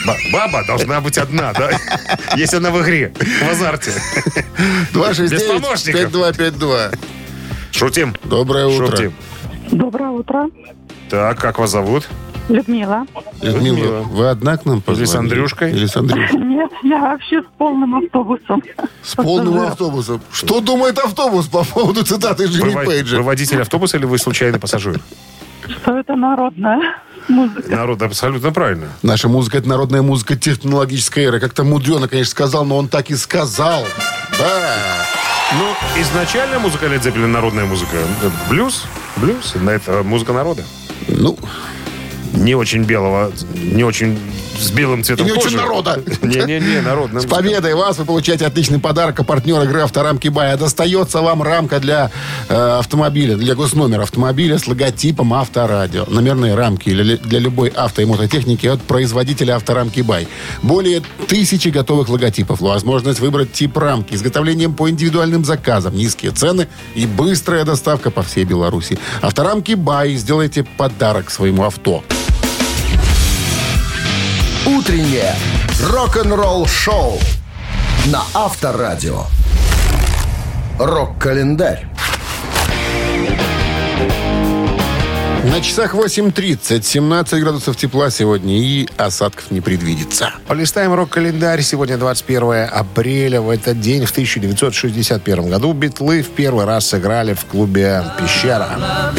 Speaker 2: Ба- Баба должна быть одна, да?
Speaker 1: [laughs]
Speaker 2: Если она в игре, в азарте. Без помощников.
Speaker 1: 269-5252.
Speaker 2: Шутим.
Speaker 1: Доброе утро.
Speaker 2: Шутим.
Speaker 8: Доброе утро,
Speaker 2: Так, как вас зовут?
Speaker 8: Людмила.
Speaker 1: Людмила, вы одна к нам позвонили?
Speaker 2: Андрюшкой?
Speaker 1: Или с Андрюшкой?
Speaker 8: Нет, я вообще с полным автобусом.
Speaker 1: С полным автобусом. Что думает автобус по поводу цитаты
Speaker 2: Вы,
Speaker 1: Джимми
Speaker 2: во-
Speaker 1: Пейджа?
Speaker 2: вы водитель автобуса или вы случайный пассажир?
Speaker 8: Что это народная музыка.
Speaker 2: Народ, абсолютно правильно.
Speaker 1: Наша музыка – это народная музыка технологической эры. Как-то мудрено, конечно, сказал, но он так и сказал. Да.
Speaker 2: Ну, изначально музыка Led Zeppelin народная музыка. Э, Блюз, блюз, на это э, музыка народа.
Speaker 1: Ну,
Speaker 2: Не очень белого, не очень с белым цветом
Speaker 1: И не
Speaker 2: кожи.
Speaker 1: очень народа.
Speaker 2: [laughs] Не-не-не, народная
Speaker 1: с
Speaker 2: музыка.
Speaker 1: победой вас вы получаете отличный подарок. А партнер игры «Авторамки Бай». А достается вам рамка для э, автомобиля, для госномера автомобиля с логотипом «Авторадио». Номерные рамки или для любой авто и мототехники от производителя «Авторамки Бай». Более тысячи готовых логотипов. Возможность выбрать тип рамки. Изготовлением по индивидуальным заказам. Низкие цены и быстрая доставка по всей Беларуси. «Авторамки Бай». Сделайте подарок своему авто.
Speaker 3: Утреннее рок-н-ролл-шоу на Авторадио. Рок-календарь.
Speaker 1: На часах 8.30, 17 градусов тепла сегодня и осадков не предвидится.
Speaker 2: Полистаем рок-календарь. Сегодня 21 апреля. В этот день, в 1961 году, битлы в первый раз сыграли в клубе «Пещера».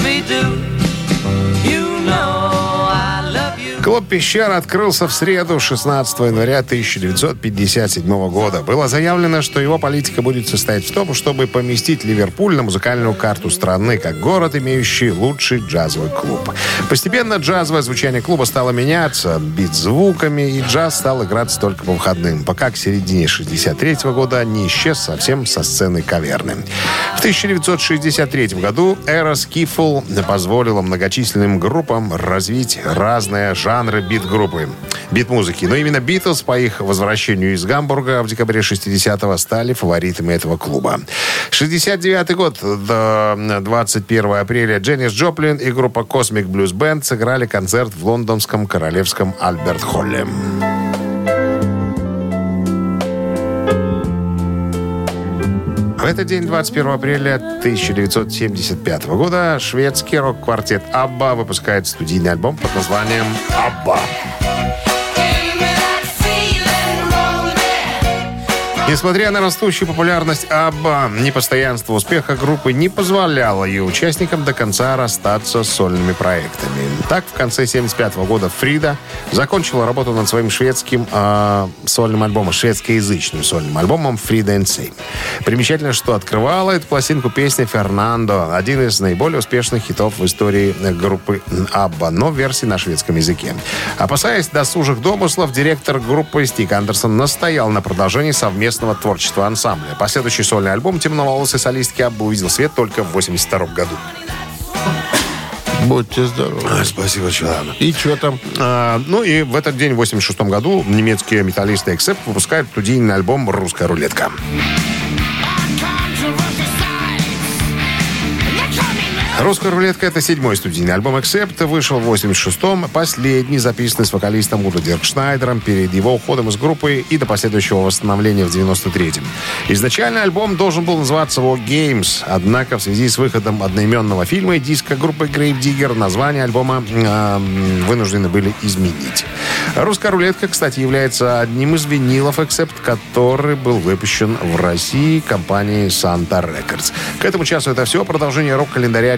Speaker 2: Клуб «Пещера» открылся в среду, 16 января 1957 года. Было заявлено, что его политика будет состоять в том, чтобы поместить Ливерпуль на музыкальную карту страны, как город, имеющий лучший джазовый клуб. Постепенно джазовое звучание клуба стало меняться, бит звуками, и джаз стал играться только по выходным, пока к середине 63 года не исчез совсем со сцены каверны. В 1963 году эра Скифл позволила многочисленным группам развить разные жанры бит-группы, бит-музыки. Но именно Битлз по их возвращению из Гамбурга в декабре 60-го стали фаворитами этого клуба. 69 год, до 21 апреля, Дженнис Джоплин и группа Cosmic Blues Band сыграли концерт в лондонском королевском Альберт-Холле. В этот день, 21 апреля 1975 года, шведский рок-квартет «Абба» выпускает студийный альбом под названием «Абба».
Speaker 9: Give me that feeling, Rosie.
Speaker 2: Несмотря на растущую популярность Абба, непостоянство успеха группы не позволяло ее участникам до конца расстаться с сольными проектами. Так, в конце 1975 года Фрида закончила работу над своим шведским э, сольным альбомом, шведскоязычным сольным альбомом «Фрида and Сейм». Примечательно, что открывала эту пластинку песня «Фернандо», один из наиболее успешных хитов в истории э, группы Абба, но в версии на шведском языке. Опасаясь досужих домыслов, директор группы Стик Андерсон настоял на продолжении совместного творчества ансамбля. Последующий сольный альбом темноволосой солистки Абба увидел свет только в 1982 году.
Speaker 1: Будьте здоровы.
Speaker 2: Спасибо, Челана.
Speaker 1: И что там?
Speaker 2: А, ну и в этот день, в 86 году, немецкие металлисты Accept выпускают студийный альбом «Русская рулетка». «Русская рулетка» — это седьмой студийный альбом Accept. Вышел в 86-м, последний, записанный с вокалистом Удо Диркшнайдером перед его уходом из группы и до последующего восстановления в 93-м. Изначально альбом должен был называться «War Games», однако в связи с выходом одноименного фильма и диска группы Grave Digger название альбома эм, вынуждены были изменить. «Русская рулетка», кстати, является одним из винилов Accept, который был выпущен в России компанией Santa Records. К этому часу это все. Продолжение рок-календаря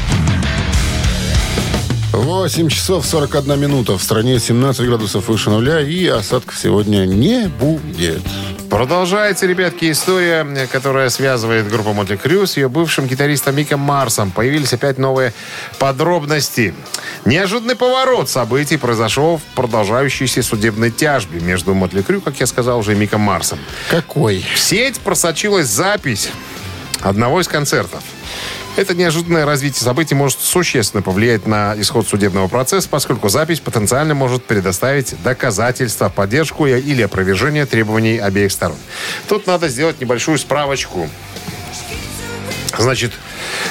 Speaker 1: 8 часов 41 минута. В стране 17 градусов выше нуля. И осадков сегодня не будет.
Speaker 2: Продолжается, ребятки, история, которая связывает группу Мотли Крю с ее бывшим гитаристом Миком Марсом. Появились опять новые подробности. Неожиданный поворот событий произошел в продолжающейся судебной тяжбе между Мотли Крю, как я сказал уже, и Миком Марсом.
Speaker 1: Какой?
Speaker 2: В сеть просочилась запись одного из концертов. Это неожиданное развитие событий может существенно повлиять на исход судебного процесса, поскольку запись потенциально может предоставить доказательства, поддержку и- или опровержение требований обеих сторон. Тут надо сделать небольшую справочку. Значит,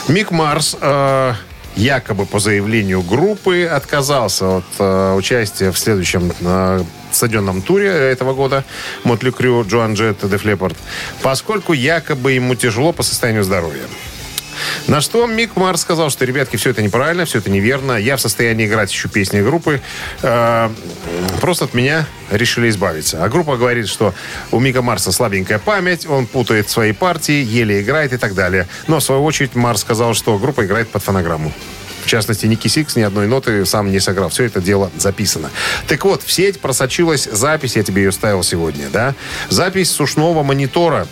Speaker 2: Мик Марс э, якобы по заявлению группы отказался от э, участия в следующем э, стадионном туре этого года Мотли Крю, Джоан Джет и Деф Леппард, поскольку якобы ему тяжело по состоянию здоровья. На что Мик Марс сказал, что, ребятки, все это неправильно, все это неверно. Я в состоянии играть еще песни группы. Э, просто от меня решили избавиться. А группа говорит, что у Мика Марса слабенькая память, он путает свои партии, еле играет и так далее. Но, в свою очередь, Марс сказал, что группа играет под фонограмму. В частности, Ники Сикс ни одной ноты сам не сыграл. Все это дело записано. Так вот, в сеть просочилась запись, я тебе ее ставил сегодня, да? Запись сушного монитора,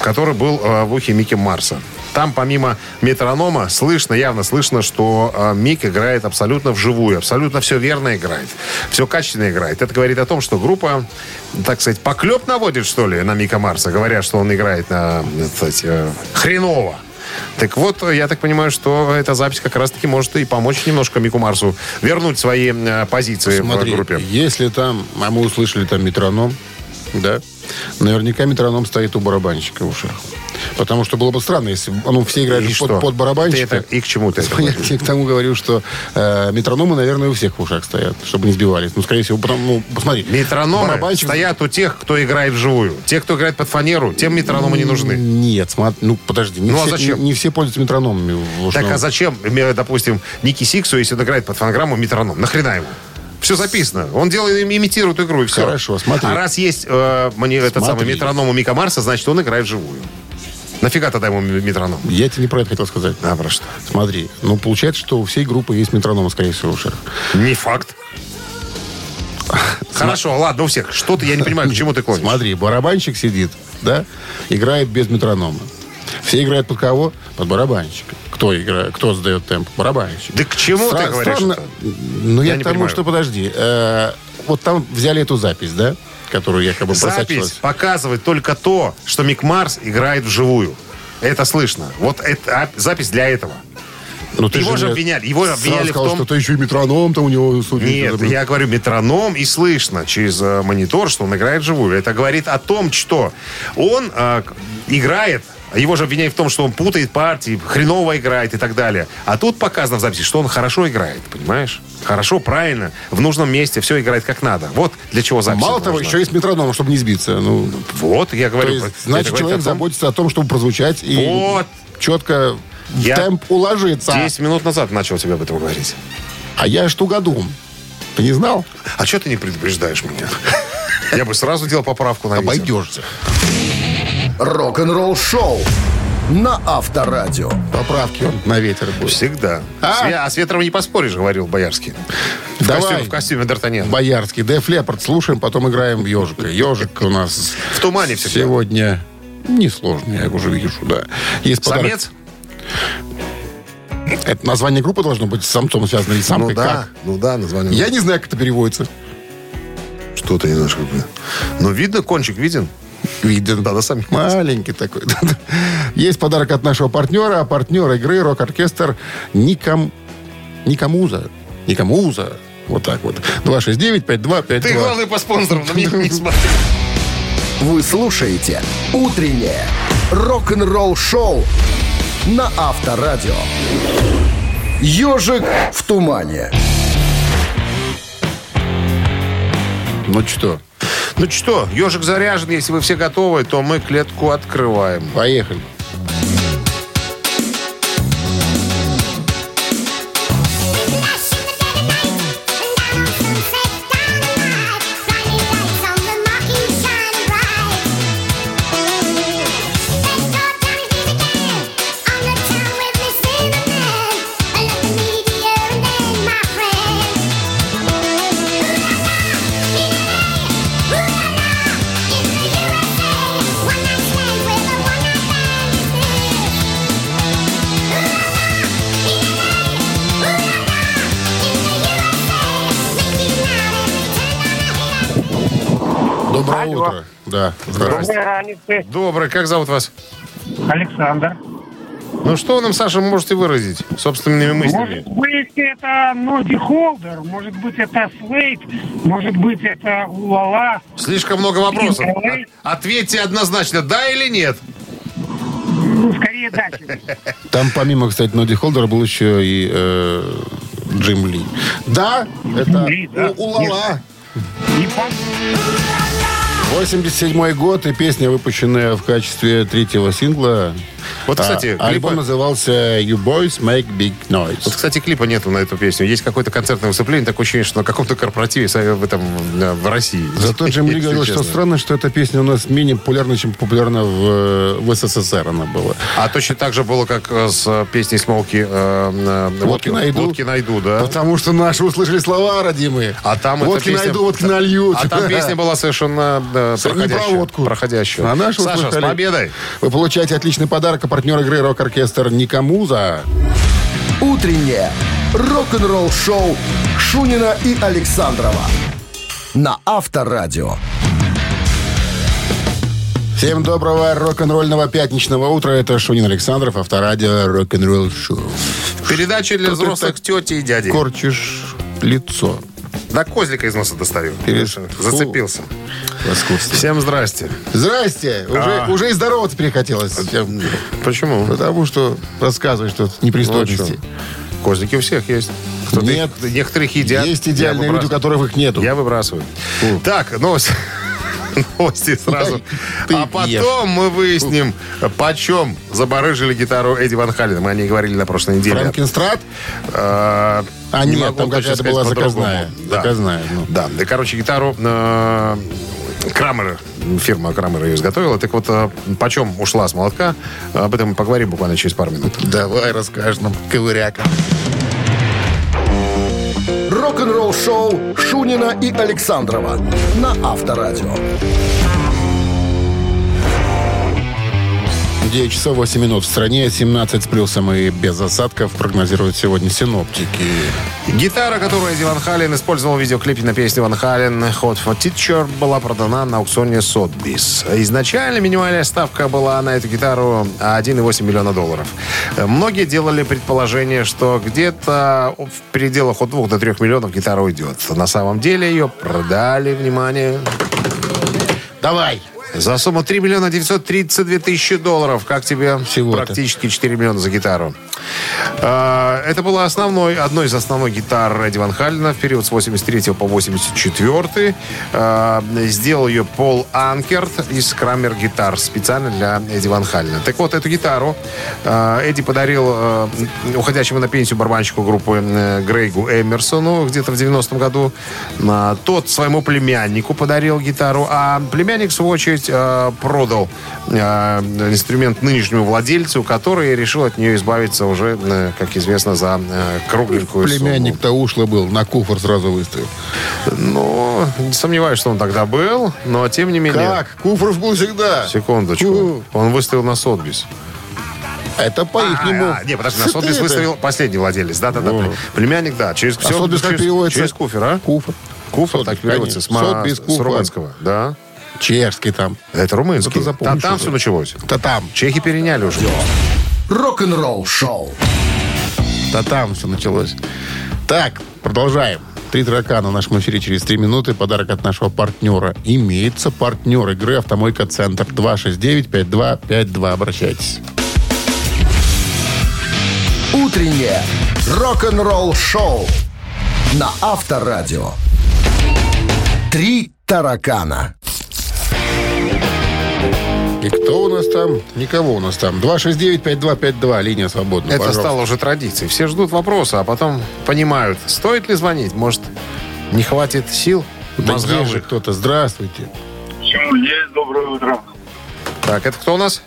Speaker 2: который был э, в ухе Микки Марса. Там помимо метронома слышно, явно слышно, что э, Мик играет абсолютно вживую, абсолютно все верно играет, все качественно играет. Это говорит о том, что группа, так сказать, поклеп наводит, что ли, на Мика Марса, говоря, что он играет на, так сказать, э, хреново. Так вот, я так понимаю, что эта запись как раз-таки может и помочь немножко Мику Марсу вернуть свои э, позиции
Speaker 1: Смотри,
Speaker 2: в группе.
Speaker 1: если там, а мы услышали там метроном, да, наверняка метроном стоит у барабанщика в ушах. Потому что было бы странно, если бы, ну, все играли
Speaker 2: И
Speaker 1: же
Speaker 2: что?
Speaker 1: под, под барабанщика.
Speaker 2: Ты это- и к чему ты это
Speaker 1: Я тебе к тому говорю, что э, метрономы, наверное, у всех в ушах стоят, чтобы не сбивались. Ну, скорее всего, потому, ну, посмотри.
Speaker 2: Метрономы
Speaker 1: барабанщик-
Speaker 2: стоят у тех, кто играет вживую. Те, кто играет под фанеру, тем метрономы не нужны.
Speaker 1: Нет, смотри, ну, подожди. Не
Speaker 2: Ну, а
Speaker 1: все,
Speaker 2: зачем?
Speaker 1: Не, не все пользуются метрономами в
Speaker 2: Так
Speaker 1: ушном.
Speaker 2: а зачем, э, допустим, Ники Сиксу, если он играет под фонограмму, метроном? Нахрена ему? Все записано. Он делает, им имитирует игру и все.
Speaker 1: Хорошо, смотри.
Speaker 2: А раз есть э, мне этот
Speaker 1: Смотри.
Speaker 2: самый метроном у Мика Марса, значит, он играет вживую. Нафига тогда ему метроном?
Speaker 1: Я тебе не про это хотел сказать.
Speaker 2: А про что?
Speaker 1: Смотри, ну, получается, что у всей группы есть метроном, скорее всего, в ушах.
Speaker 2: Не факт. Хорошо, ладно, у всех. Что-то я не понимаю, к чему ты клонишь.
Speaker 1: Смотри, барабанщик сидит, да, играет без метронома. Все играют под кого? Под барабанщика. Кто играет, кто сдает темп? Барабанщик.
Speaker 2: Да к чему ты говоришь это?
Speaker 1: Ну, я,
Speaker 2: Я не
Speaker 1: к тому,
Speaker 2: понимаю.
Speaker 1: что подожди. Э, вот там взяли эту запись, да? Которую якобы
Speaker 2: Запись
Speaker 1: просочилась.
Speaker 2: показывает только то, что Мик Марс играет вживую. Это слышно. Вот это, а, запись для этого.
Speaker 1: Ну, ты
Speaker 2: его же
Speaker 1: мне
Speaker 2: обвиняли, его
Speaker 1: сразу
Speaker 2: обвиняли в
Speaker 1: сказал,
Speaker 2: том-
Speaker 1: что ты еще и метроном-то у него судит.
Speaker 2: Нет,
Speaker 1: Это, блин.
Speaker 2: я говорю метроном, и слышно через э, монитор, что он играет вживую. Это говорит о том, что он э, к- играет, а его же обвиняют в том, что он путает партии, хреново играет и так далее. А тут показано в записи, что он хорошо играет, понимаешь? Хорошо, правильно, в нужном месте, все играет как надо. Вот для чего запись.
Speaker 1: Мало того, еще и с метрономом, чтобы не сбиться. Ну,
Speaker 2: Вот, я
Speaker 1: то
Speaker 2: говорю.
Speaker 1: есть,
Speaker 2: это
Speaker 1: значит,
Speaker 2: говорит о
Speaker 1: человек
Speaker 2: том-
Speaker 1: заботится о том, чтобы прозвучать и
Speaker 2: Вот.
Speaker 1: четко
Speaker 2: Я
Speaker 1: в темп уложиться.
Speaker 2: 10 минут назад начал тебе об этом говорить.
Speaker 1: А я штугодум. Ты не знал?
Speaker 2: А что ты не предупреждаешь меня? Я бы сразу делал поправку на видео.
Speaker 1: Обойдешься.
Speaker 3: Рок-н-ролл шоу на Авторадио.
Speaker 1: Поправки он на ветер будет.
Speaker 2: Всегда.
Speaker 1: А?
Speaker 2: С Ве- А с Ветровым не поспоришь, говорил Боярский. В
Speaker 1: Давай.
Speaker 2: костюме, в костюме Д'Артаньяна.
Speaker 1: Боярский, Деф Лепард. Слушаем, потом играем в ежика. Ежик у нас
Speaker 2: В тумане всегда.
Speaker 1: сегодня несложный, я уже вижу, да. Есть подарок.
Speaker 2: Самец?
Speaker 1: Это название группы должно быть с самцом связано или с
Speaker 2: ну
Speaker 1: самкой.
Speaker 2: да,
Speaker 1: Как?
Speaker 2: ну да, название.
Speaker 1: Я не знаю, как это переводится.
Speaker 2: что-то не знаешь, как бы. Но видно, кончик виден.
Speaker 1: Виден.
Speaker 2: Да, да, самец.
Speaker 1: Маленький такой. [laughs] Да-да. Есть подарок от нашего партнера, а партнер игры рок-оркестр Ником... Никомуза. Никомуза. Вот так вот. 269-5252.
Speaker 2: Ты главный по спонсорам, на меня не смотри.
Speaker 3: Вы слушаете «Утреннее рок-н-ролл-шоу» на Авторадио. «Ежик в тумане».
Speaker 1: Ну что,
Speaker 2: Ну что, ежик заряжен, если вы все готовы, то мы клетку открываем.
Speaker 1: поехали. Доброе
Speaker 4: Алло.
Speaker 1: утро. Да. Здравствуйте.
Speaker 4: Границы.
Speaker 2: Добрый, как зовут вас?
Speaker 4: Александр.
Speaker 2: Ну что вы нам, Саша, можете выразить собственными мыслями?
Speaker 9: Может быть, это Ноги Холдер, может быть, это Слейт, может быть, это Улала.
Speaker 2: Слишком много вопросов.
Speaker 9: Давай.
Speaker 2: От- Ответьте однозначно, да или нет.
Speaker 9: Ну, скорее,
Speaker 5: [laughs]
Speaker 9: дача.
Speaker 1: Там помимо, кстати, Ноди Холдера был еще и э, Джим Ли. Да, это
Speaker 9: Ли, да.
Speaker 1: у- Улала.
Speaker 9: Не пом-
Speaker 1: 87 год и песня, выпущенная в качестве третьего сингла.
Speaker 2: Вот, кстати,
Speaker 1: А, альбом
Speaker 2: клипа-
Speaker 1: назывался You Boys Make Big
Speaker 2: Вот,
Speaker 1: Noise.
Speaker 2: кстати, клипа нету на эту песню. Есть какое-то концертное выступление, такое ощущение, что на каком-то корпоративе сами в, этом, э, в России. [laughs]
Speaker 1: Зато Джим Ли
Speaker 2: Если
Speaker 1: говорил, что
Speaker 2: честно.
Speaker 1: странно, что эта песня у нас менее популярна, чем популярна в, э, в СССР она была.
Speaker 2: А точно так же было, как э, с э, песней Смолки э,
Speaker 1: Водки найду.
Speaker 2: «Водки найду», да.
Speaker 1: Потому что наши услышали слова, родимые.
Speaker 2: А там эта
Speaker 1: водки
Speaker 2: песня-
Speaker 1: найду, водки нальют.
Speaker 2: А там песня
Speaker 1: [laughs]
Speaker 2: была совершенно э,
Speaker 1: С- не
Speaker 2: проходящая.
Speaker 1: про водку.
Speaker 2: проходящая.
Speaker 1: А наши
Speaker 2: Саша, с
Speaker 1: услышали.
Speaker 2: победой!
Speaker 1: Вы получаете отличный подарок, а партнер игры рок-оркестр Никомуза.
Speaker 3: «Утреннее рок-н-ролл-шоу» Шунина и Александрова на Авторадио.
Speaker 1: Всем доброго рок-н-ролльного пятничного утра. Это Шунин Александров, авторадио рок-н-ролл шоу.
Speaker 2: Передача для
Speaker 1: Что ты
Speaker 2: взрослых
Speaker 1: так
Speaker 2: тети и дяди.
Speaker 1: Корчишь лицо.
Speaker 2: Да козлика из носа достаю.
Speaker 1: Перед- Фу.
Speaker 2: Зацепился. Всем здрасте.
Speaker 1: Здрасте. Уже,
Speaker 2: А.
Speaker 1: уже и здороваться перехотелось. Я-
Speaker 2: Почему?
Speaker 1: Ну, Потому что ну, а рассказываешь что-то непристойности.
Speaker 2: Ну а Козлики у всех есть. Кто-то
Speaker 1: Нет.
Speaker 2: их- некоторых едят.
Speaker 1: Есть
Speaker 2: Я
Speaker 1: идеальные люди, у
Speaker 2: выбрасываю.
Speaker 1: которых их нету.
Speaker 2: Я выбрасываю. Так, новости. [laughs] Новости сразу.
Speaker 1: Ты
Speaker 2: а потом
Speaker 1: ешь.
Speaker 2: мы выясним, почем забарыжили гитару Эдди Ван Халина. Мы о ней говорили на прошлой неделе.
Speaker 1: Франкенстрат?
Speaker 2: А,
Speaker 1: А,
Speaker 2: не
Speaker 1: нет,
Speaker 2: могу
Speaker 1: там
Speaker 2: точно
Speaker 1: какая-то
Speaker 2: сказать
Speaker 1: была
Speaker 2: по-другому.
Speaker 1: заказная.
Speaker 2: Да.
Speaker 1: Заказная, ну.
Speaker 2: Да, да, короче, гитару э, Крамер, фирма Крамер ее изготовила. Так вот, э, почем ушла с молотка, об этом мы поговорим буквально через пару минут.
Speaker 1: Давай расскажешь нам, ковыряка.
Speaker 3: Рок-н-ролл-шоу Шунина и Александрова на Авторадио.
Speaker 1: 9 часов 8 минут в стране, 17 с плюсом и без осадков прогнозируют сегодня синоптики.
Speaker 2: Гитара, которую Эдди Ван Хален использовал в видеоклипе на песню Ван Хален «Hot for Teacher», была продана на аукционе Sotheby's. Изначально минимальная ставка была на эту гитару 1,8 миллиона долларов. Э, Многие делали предположение, что где-то в пределах от 2 до 3 миллионов гитара уйдет. На самом деле ее продали, внимание,
Speaker 1: Давай.
Speaker 2: За сумму 3 миллиона 932 тысячи долларов. Как тебе
Speaker 1: Всего-то.
Speaker 2: практически 4 миллиона за гитару? А, Это была основной, одной из основной гитар Эдди Ван Халлина в период с 83 по 84. А, Сделал ее Пол Анкерт из Крамер Гитар специально для Эдди Ван Халлина. Так вот, эту гитару а, Эдди подарил а, уходящему на пенсию барабанщику группы э, Грейгу Эмерсону где-то в 90-м году. А, Тот своему племяннику подарил гитару, а племянник, в свою очередь, э, продал э, инструмент нынешнему владельцу, который решил от нее избавиться уже, э, как известно, за э, кругленькую сумму.
Speaker 1: Племянник-то ушлый был, на куфор сразу выставил.
Speaker 2: Ну, сомневаюсь, что он тогда был, но тем не менее...
Speaker 1: Как? Куфров был всегда.
Speaker 2: Секундочку.
Speaker 1: Фу.
Speaker 2: Он выставил на Сотбис.
Speaker 1: Это по ихнему.
Speaker 2: А, а, не, подожди, на [laughs] Сотбис выставил последний владелец. Да, да, да.
Speaker 1: Во.
Speaker 2: Племянник, да. Через,
Speaker 1: А
Speaker 2: всё-
Speaker 1: Сотбис как
Speaker 2: через-
Speaker 1: переводится?
Speaker 2: Через куфер, а?
Speaker 1: Куфр.
Speaker 2: Куфер так
Speaker 1: Сотбис,
Speaker 2: переводится. С,
Speaker 1: конечно.
Speaker 2: ма-
Speaker 1: Сотбис,
Speaker 2: с
Speaker 1: Куфр.
Speaker 2: румынского, да.
Speaker 1: Чешский там.
Speaker 2: Это румынский.
Speaker 1: Это запомнишь
Speaker 2: Та- там
Speaker 1: уже.
Speaker 2: все началось.
Speaker 1: Та там.
Speaker 2: Чехи переняли уже.
Speaker 3: Рок-н-ролл шоу.
Speaker 1: Та А там все началось. Так, продолжаем. Три таракана в нашем эфире через три минуты. Подарок от нашего партнера. Имеется партнер игры «Автомойка Центр» 269-5252. Обращайтесь.
Speaker 3: Утреннее рок-н-ролл шоу на Авторадио. Три таракана.
Speaker 1: И кто у нас там? Никого у нас там. 269-5252. Линия свободна.
Speaker 2: Это
Speaker 1: пожалуйста.
Speaker 2: стало уже традицией. Все ждут вопроса, а потом понимают, стоит ли звонить. Может, не хватит сил?
Speaker 1: Да
Speaker 2: мозговых?
Speaker 1: есть же кто-то. Здравствуйте.
Speaker 5: Есть, доброе утро.
Speaker 2: Так, это кто у нас?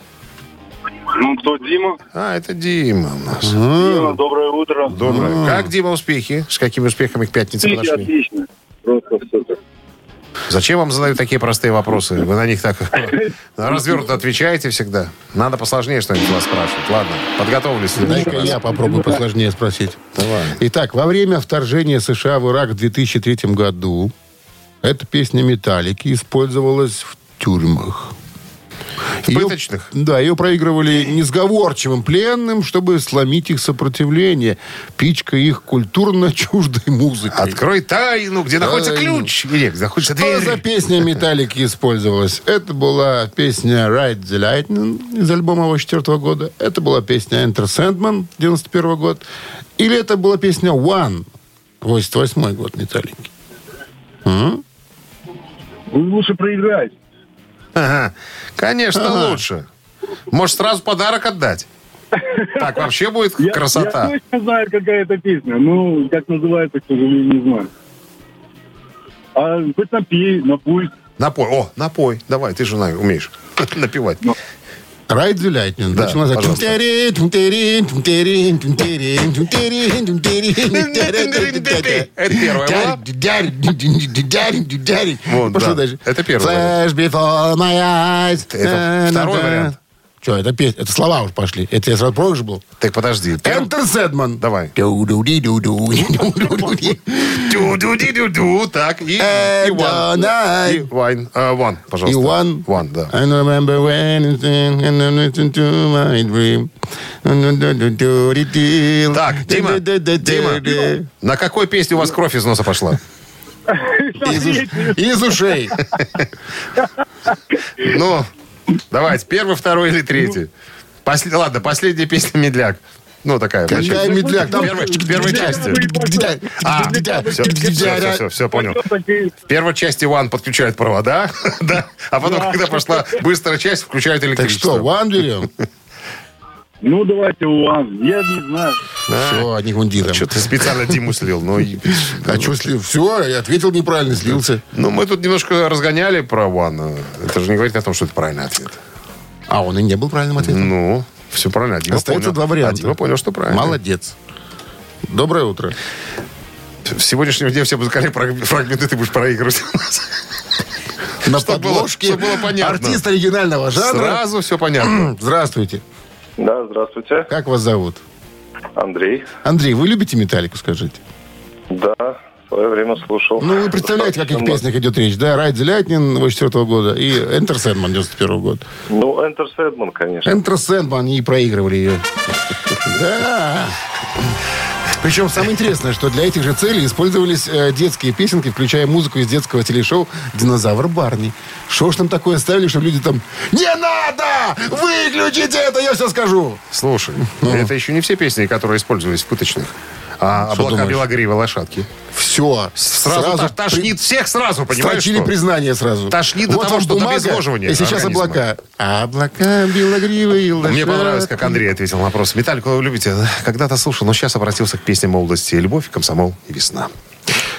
Speaker 5: Ну, кто Дима?
Speaker 2: А, это Дима у нас.
Speaker 5: Дима, доброе утро.
Speaker 2: А. Доброе. Как, Дима, успехи? С какими успехами к пятнице
Speaker 5: Отлично,
Speaker 2: подошли?
Speaker 5: отлично. Просто супер.
Speaker 2: Зачем вам задают такие простые вопросы? Вы на них так развернуто отвечаете всегда. Надо посложнее что-нибудь вас спрашивать. Ладно, подготовлюсь. в следующий
Speaker 1: Дай-ка
Speaker 2: раз.
Speaker 1: я попробую посложнее спросить.
Speaker 2: Давай.
Speaker 1: Итак, во время вторжения США в Ирак в 2003 году эта песня «Металлики» использовалась в тюрьмах. Её-
Speaker 2: пыточных?
Speaker 1: да, ее проигрывали несговорчивым пленным, чтобы сломить их сопротивление, пичкая их культурно чуждой музыкой.
Speaker 2: Открой тайну, где находится
Speaker 1: Тайну.
Speaker 2: ключ. Или где находится
Speaker 1: Что за
Speaker 2: дверь.
Speaker 1: песня «Металлики» использовалась? Это была песня «Ride the Lightning» из альбома 84 года. Это была песня «Enter Sandman» 91 год. Или это была песня «One» 88 год «Металлики».
Speaker 5: Вы лучше проиграть.
Speaker 2: Ага. Конечно, лучше. Может, сразу подарок отдать? Так вообще будет
Speaker 5: Я,
Speaker 2: красота.
Speaker 5: Я точно знаю, какая это песня. Ну, как называется, к сожалению, не знаю. А хоть напей, напусть.
Speaker 2: Напой. О, напой. Давай, ты же на- умеешь [laughs] напевать.
Speaker 1: «Ride the Lightning».
Speaker 2: Да,
Speaker 1: Начала так.
Speaker 2: пожалуйста.
Speaker 1: Тум-тирин, тум-тирин, тум-тирин, тум-тирин, тум-тирин, тум-тирин, тум-тирин.
Speaker 2: Это первая была?
Speaker 1: Дярин, дярин, дярин, дярин.
Speaker 2: Вот,
Speaker 1: Пошло
Speaker 2: да.
Speaker 1: дальше.
Speaker 2: Это первый
Speaker 1: Flash before my eyes.
Speaker 2: Это второй вариант.
Speaker 1: Что, это песня? Это слова уже пошли. Это я сразу проигрыш был.
Speaker 2: Так подожди. Первый-
Speaker 1: Enter Sedman.
Speaker 2: Давай.
Speaker 1: Ду-ду-ди-ду-ду, ду-ду-ди.
Speaker 2: Ду-ду-ди-ду-ду. Так, и...
Speaker 1: And
Speaker 2: и one.
Speaker 1: I-
Speaker 2: И вайн. А, Ван,
Speaker 1: И
Speaker 2: пожалуйста.
Speaker 1: one.
Speaker 2: Ван, да.
Speaker 1: I remember when it's in, and I listen to my dream. Ну, Ду-ду-ду-ду-ди-ди.
Speaker 2: Так, Дима,
Speaker 1: Ду-ду-ду-ду-ди.
Speaker 2: Дима, на какой песне у вас кровь из носа пошла?
Speaker 1: Из уш- Из ушей.
Speaker 2: Ну, давайте, первый, второй или третий? После- Ладно, последняя песня «Медляк». Ну, такая.
Speaker 1: Какая
Speaker 2: начальная.
Speaker 1: медляк? Там-
Speaker 2: Первой- в первой части. А, все, все, все, все, понял. В первой части One подключают провода, [laughs] да, а потом, когда пошла быстрая часть, включают
Speaker 1: Так что,
Speaker 2: электричество.
Speaker 1: ван берем?
Speaker 5: Ну, давайте уан. Я не знаю.
Speaker 1: Все, одни гундиром.
Speaker 2: Что ты специально Диму слил? Ну, и-
Speaker 1: А что слил? Все, я ответил неправильно, слился.
Speaker 2: ну, мы тут немножко разгоняли про One. Это же не говорит о том, что это правильный ответ.
Speaker 1: А он и не был правильным ответом.
Speaker 2: Ну, все правильно. а Дима
Speaker 1: Остается
Speaker 2: понял.
Speaker 1: два
Speaker 2: А
Speaker 1: варианта.
Speaker 2: Дима понял, что правильно.
Speaker 1: Молодец. Доброе утро.
Speaker 2: В сегодняшнем дне все музыкальные фраг- фрагменты ты будешь проигрывать. [laughs]
Speaker 1: На
Speaker 2: Чтоб было-
Speaker 1: подложке
Speaker 2: чтоб было понятно.
Speaker 1: артист оригинального жанра.
Speaker 2: Сразу все понятно.
Speaker 1: Здравствуйте.
Speaker 10: Да, здравствуйте,
Speaker 1: Как вас зовут?
Speaker 10: Андрей.
Speaker 1: Андрей, вы любите «Металлику», скажите?
Speaker 10: Да, в свое время слушал.
Speaker 1: Ну, вы представляете, о каких
Speaker 10: Достаточно
Speaker 1: песнях идет речь, да? «Райд Зелятнин» 84 года и «Энтер Сэндман» 91 года.
Speaker 10: много. Ну, Enter Sandman, конечно.
Speaker 1: «Энтер Сэндман» и проигрывали ее. Да. Причем самое интересное, что для этих же целей использовались э, детские песенки, включая музыку из детского телешоу «Динозавр Барни». Что ж там такое ставили, что люди там «Не надо! Выключите это, я все скажу!»
Speaker 2: Слушай, это еще не все песни, которые использовались в пыточных. А
Speaker 1: Что
Speaker 2: облака
Speaker 1: думаешь?
Speaker 2: белогривой лошадки.
Speaker 1: Все.
Speaker 2: Сразу, та- тошнит всех сразу, понимаешь?
Speaker 1: Строчили
Speaker 2: что?
Speaker 1: признание сразу.
Speaker 2: Тошнит до
Speaker 1: Вот
Speaker 2: того,
Speaker 1: вам
Speaker 2: что до
Speaker 1: бумага,
Speaker 2: обезвоживания
Speaker 1: И сейчас
Speaker 2: организма. Ну,
Speaker 1: облака. Облака белогривые лошадки.
Speaker 2: Мне понравилось, как Андрей ответил на вопрос. Металлику вы любите? Когда-то слушал, но сейчас обратился к песне молодости. «Любовь, комсомол и весна».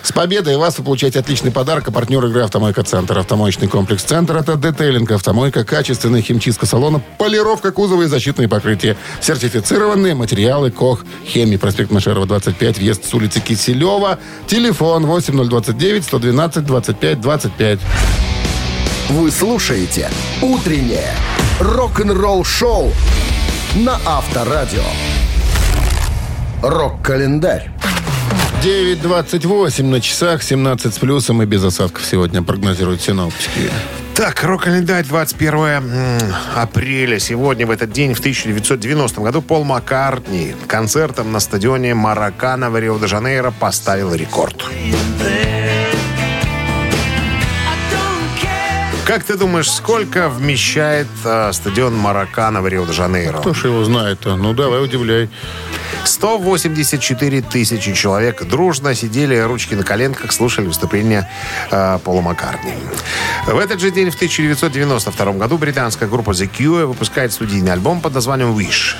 Speaker 1: С победой вас вы получаете отличный подарок. А партнер игры «Автомойка Центр». Автомоечный комплекс «Центр» — это детейлинг, автомойка, качественная химчистка салона, полировка кузова и защитные покрытия. Сертифицированные материалы КОХ. Хеми, проспект Машерова, 25, въезд с улицы Киселева. Телефон 8029-112-25-25.
Speaker 3: Вы слушаете «Утреннее рок-н-ролл-шоу» на Авторадио. Рок-календарь.
Speaker 1: 9.28 на часах, 17 с плюсом и без осадков сегодня прогнозируют синоптики.
Speaker 2: Так, рок-календарь 21 м, апреля. Сегодня, в этот день, в 1990 году, Пол Маккартни концертом на стадионе Маракана в Рио-де-Жанейро поставил рекорд. Как ты думаешь, сколько вмещает э, стадион Маракана в Рио-де-Жанейро?
Speaker 1: Кто ж его знает-то? Ну, давай, удивляй.
Speaker 2: 184 тысячи человек дружно сидели, ручки на коленках, слушали выступление э, Пола Маккартни. В этот же день, в 1992 году, британская группа The Cure выпускает студийный альбом под названием «Wish».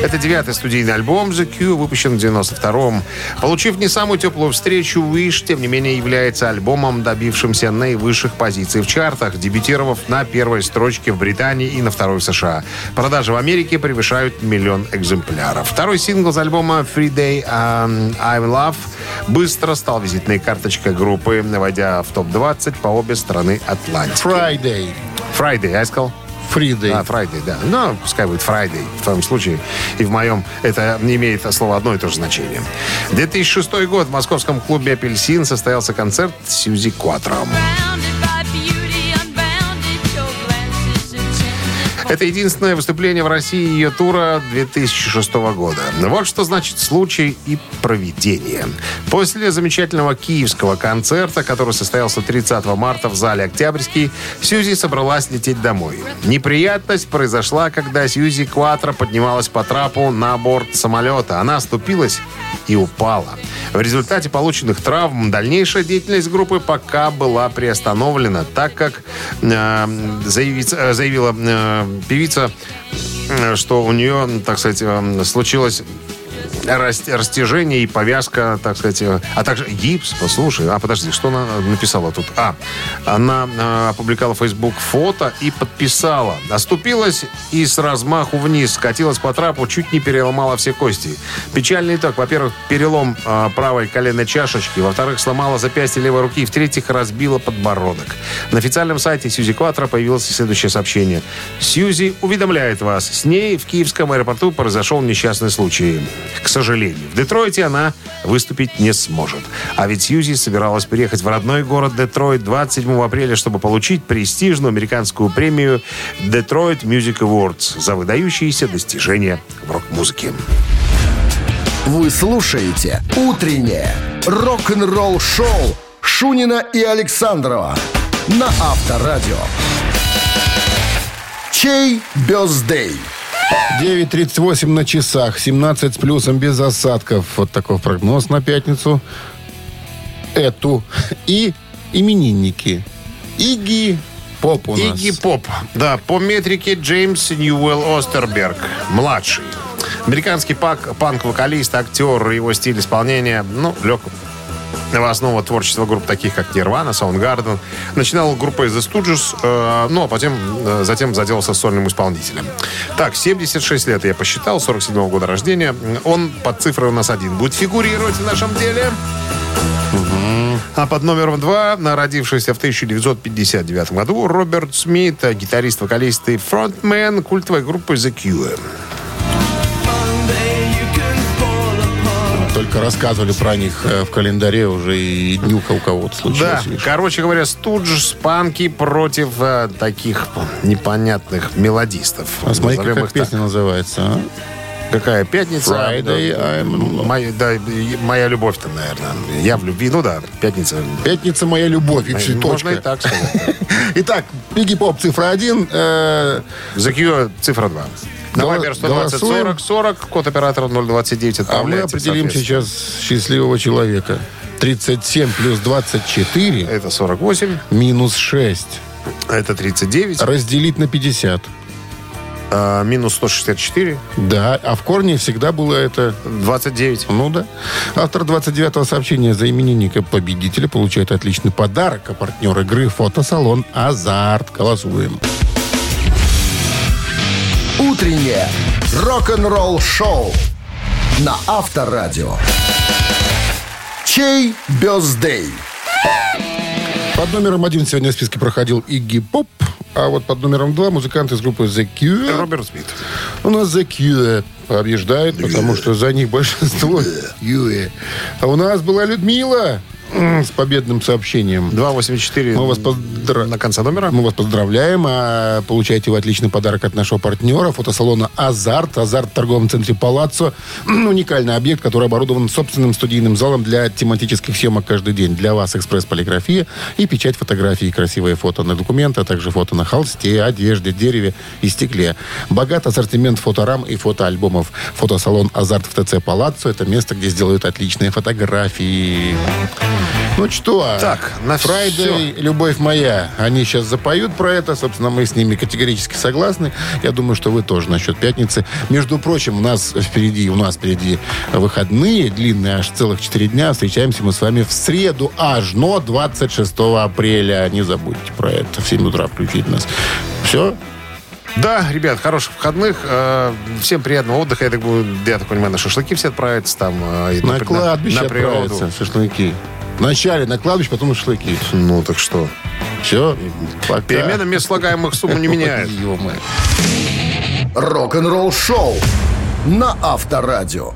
Speaker 2: Это девятый студийный альбом The Cure, выпущен в 92-м. Получив не самую теплую встречу, Wish, тем не менее, является альбомом, добившимся наивысших позиций в чартах, дебютировав на первой строчке в Британии и на второй в США. Продажи в Америке превышают миллион экземпляров. Второй сингл с альбома Free Day um, I'm Love быстро стал визитной карточкой группы, войдя в топ-20 по обе стороны Атлантики.
Speaker 1: Friday.
Speaker 2: Friday, я искал.
Speaker 1: Friday.
Speaker 2: А, Friday, да. Ну, пускай будет Friday в твоем случае. И в моем это не имеет слово одно и то же значение. 2006 год в московском клубе «Апельсин» состоялся концерт Сьюзи Куатро. Это единственное выступление в России ее тура 2006 года. Вот что значит случай и проведение. После замечательного киевского концерта, который состоялся 30 марта в зале «Октябрьский», Сьюзи собралась лететь домой. Неприятность произошла, когда Сьюзи Кватро поднималась по трапу на борт самолета. Она оступилась и упала. В результате полученных травм дальнейшая деятельность группы пока была приостановлена, так как э, заявиц- э, заявила э, певица, э, что у нее, так сказать, э, случилось рас- растяжение и повязка, так сказать, э, а также гипс, послушай. А, подожди, что она э, написала тут? А, она э, опубликовала в Facebook фото и подписала. Оступилась и с размаху вниз скатилась по трапу, чуть не переломала все кости. Печальный итог. Во-первых, перелом э, правой коленной чашечки. Во-вторых, сломала запястье левой руки. В-третьих, разбила подбородок. На официальном сайте Сьюзи Кватро появилось следующее сообщение. Сьюзи уведомляет вас. С ней в киевском аэропорту произошел несчастный случай. К сожалению, в Детройте она выступить не сможет. А ведь Сьюзи собиралась приехать в родной город Детройт 27 апреля, чтобы получить престижную американскую премию Detroit Music Awards за выдающиеся достижения в рок-музыке.
Speaker 3: Вы слушаете «Утреннее рок-н-ролл-шоу» Шунина и Александрова на Авторадио. Чей бездей?
Speaker 1: 9.38 на часах, 17 с плюсом, без осадков. Вот такой прогноз на пятницу. Эту. И именинники. Иги Поп у нас.
Speaker 2: Игги Поп. Да, по метрике Джеймс Ньюэлл Остерберг, младший. Американский пак, панк-вокалист, актер, его стиль исполнения, ну, лег в основу творчества групп таких, как Нирвана, Soundgarden. Начинал группа из The Stooges, э, ну, а потом, э, затем заделался сольным исполнителем. Так, 76 лет я посчитал, 47 года рождения. Он под цифрой у нас один. Будет фигурировать в нашем деле... А под номером два, народившийся в 1959 году, Роберт Смит, гитарист, вокалист и фронтмен культовой группы The Cure.
Speaker 1: Сколько рассказывали про них э, в календаре уже и днюха у кого-то
Speaker 2: Да,
Speaker 1: случилось. видишь.
Speaker 2: короче говоря, студж, спанки против э, таких непонятных мелодистов.
Speaker 1: А смотри,
Speaker 2: Назовем
Speaker 1: как
Speaker 2: их так.
Speaker 1: песня называется. а?
Speaker 2: Какая пятница?
Speaker 1: Friday,
Speaker 2: Да.
Speaker 1: I'm-
Speaker 2: Моя, да, и- моя любовь-то, наверное. Я в любви. Ну да, пятница.
Speaker 1: Пятница моя любовь. И все,
Speaker 2: Можно
Speaker 1: точка.
Speaker 2: и так сказать.
Speaker 1: [laughs] Итак, Бигги Поп, цифра Э, 1.
Speaker 2: За Q цифра 2. На
Speaker 1: Гол-
Speaker 2: Viber 120
Speaker 1: голосуем.
Speaker 2: 40 40, код оператора 029
Speaker 1: а мы
Speaker 2: отправляйте,
Speaker 1: определим
Speaker 2: соответственно.
Speaker 1: сейчас счастливого человека. 37 плюс 24
Speaker 2: Это 48,
Speaker 1: минус 6.
Speaker 2: А это 39,
Speaker 1: Разделить на 50.
Speaker 2: а, минус 164,
Speaker 1: Да, а в корне всегда было это...
Speaker 2: 29.
Speaker 1: Ну да. Автор 29-го сообщения за именинника победителя получает отличный подарок. А партнер игры фотосалон «Азарт». Голосуем.
Speaker 3: Утреннее рок-н-ролл-шоу на Авторадио. Чей бездей?
Speaker 1: Под номером один сегодня в списке проходил Игги Поп, а вот под номером два музыкант из группы The Cure.
Speaker 2: Роберт Смит.
Speaker 1: У нас The Cure побеждает, потому что за них большинство. Cure. А у нас была Людмила м, с победным сообщением.
Speaker 2: 284
Speaker 1: Мы вас поздра-
Speaker 2: на конце номера.
Speaker 1: Мы вас поздравляем. а получаете вы отличный подарок от нашего партнера, фотосалона «Азарт». «Азарт» в торговом центре «Палаццо». [clears throat] Уникальный объект, который оборудован собственным студийным залом для тематических съемок каждый день. Для вас экспресс-полиграфия и печать фотографий, красивые фото на документы, а также фото на холсте, одежде, дереве и стекле. Богат ассортимент фоторам и фотоальбомов. Фотосалон «Азарт» в ТЦ «Палаццо» — это место, где сделают отличные фотографии. Ну что,
Speaker 2: Так, на
Speaker 1: Friday, любовь моя. Они сейчас запоют про это. Собственно, мы с ними категорически согласны. Я думаю, что вы тоже насчет пятницы. Между прочим, у нас впереди, у нас впереди выходные длинные, аж целых 4 дня. Встречаемся мы с вами в среду, аж, но 26 апреля. Не забудьте про это. В 7 утра включить нас. Все?
Speaker 2: Да, ребят, хороших выходных. э, Всем приятного отдыха. Я так, буду- я так понимаю, на шашлыки все отправятся там. э, и
Speaker 1: На
Speaker 2: при-
Speaker 1: кладбище
Speaker 2: на природу.
Speaker 1: отправятся шашлыки. Вначале на кладбище, потом на шашлыки.
Speaker 2: Ну так что?
Speaker 1: Все? Пока.
Speaker 2: Перемена мест слагаемых сумму не меняет.
Speaker 1: Ё-моё.
Speaker 3: Рок-н-ролл-шоу на Авторадио.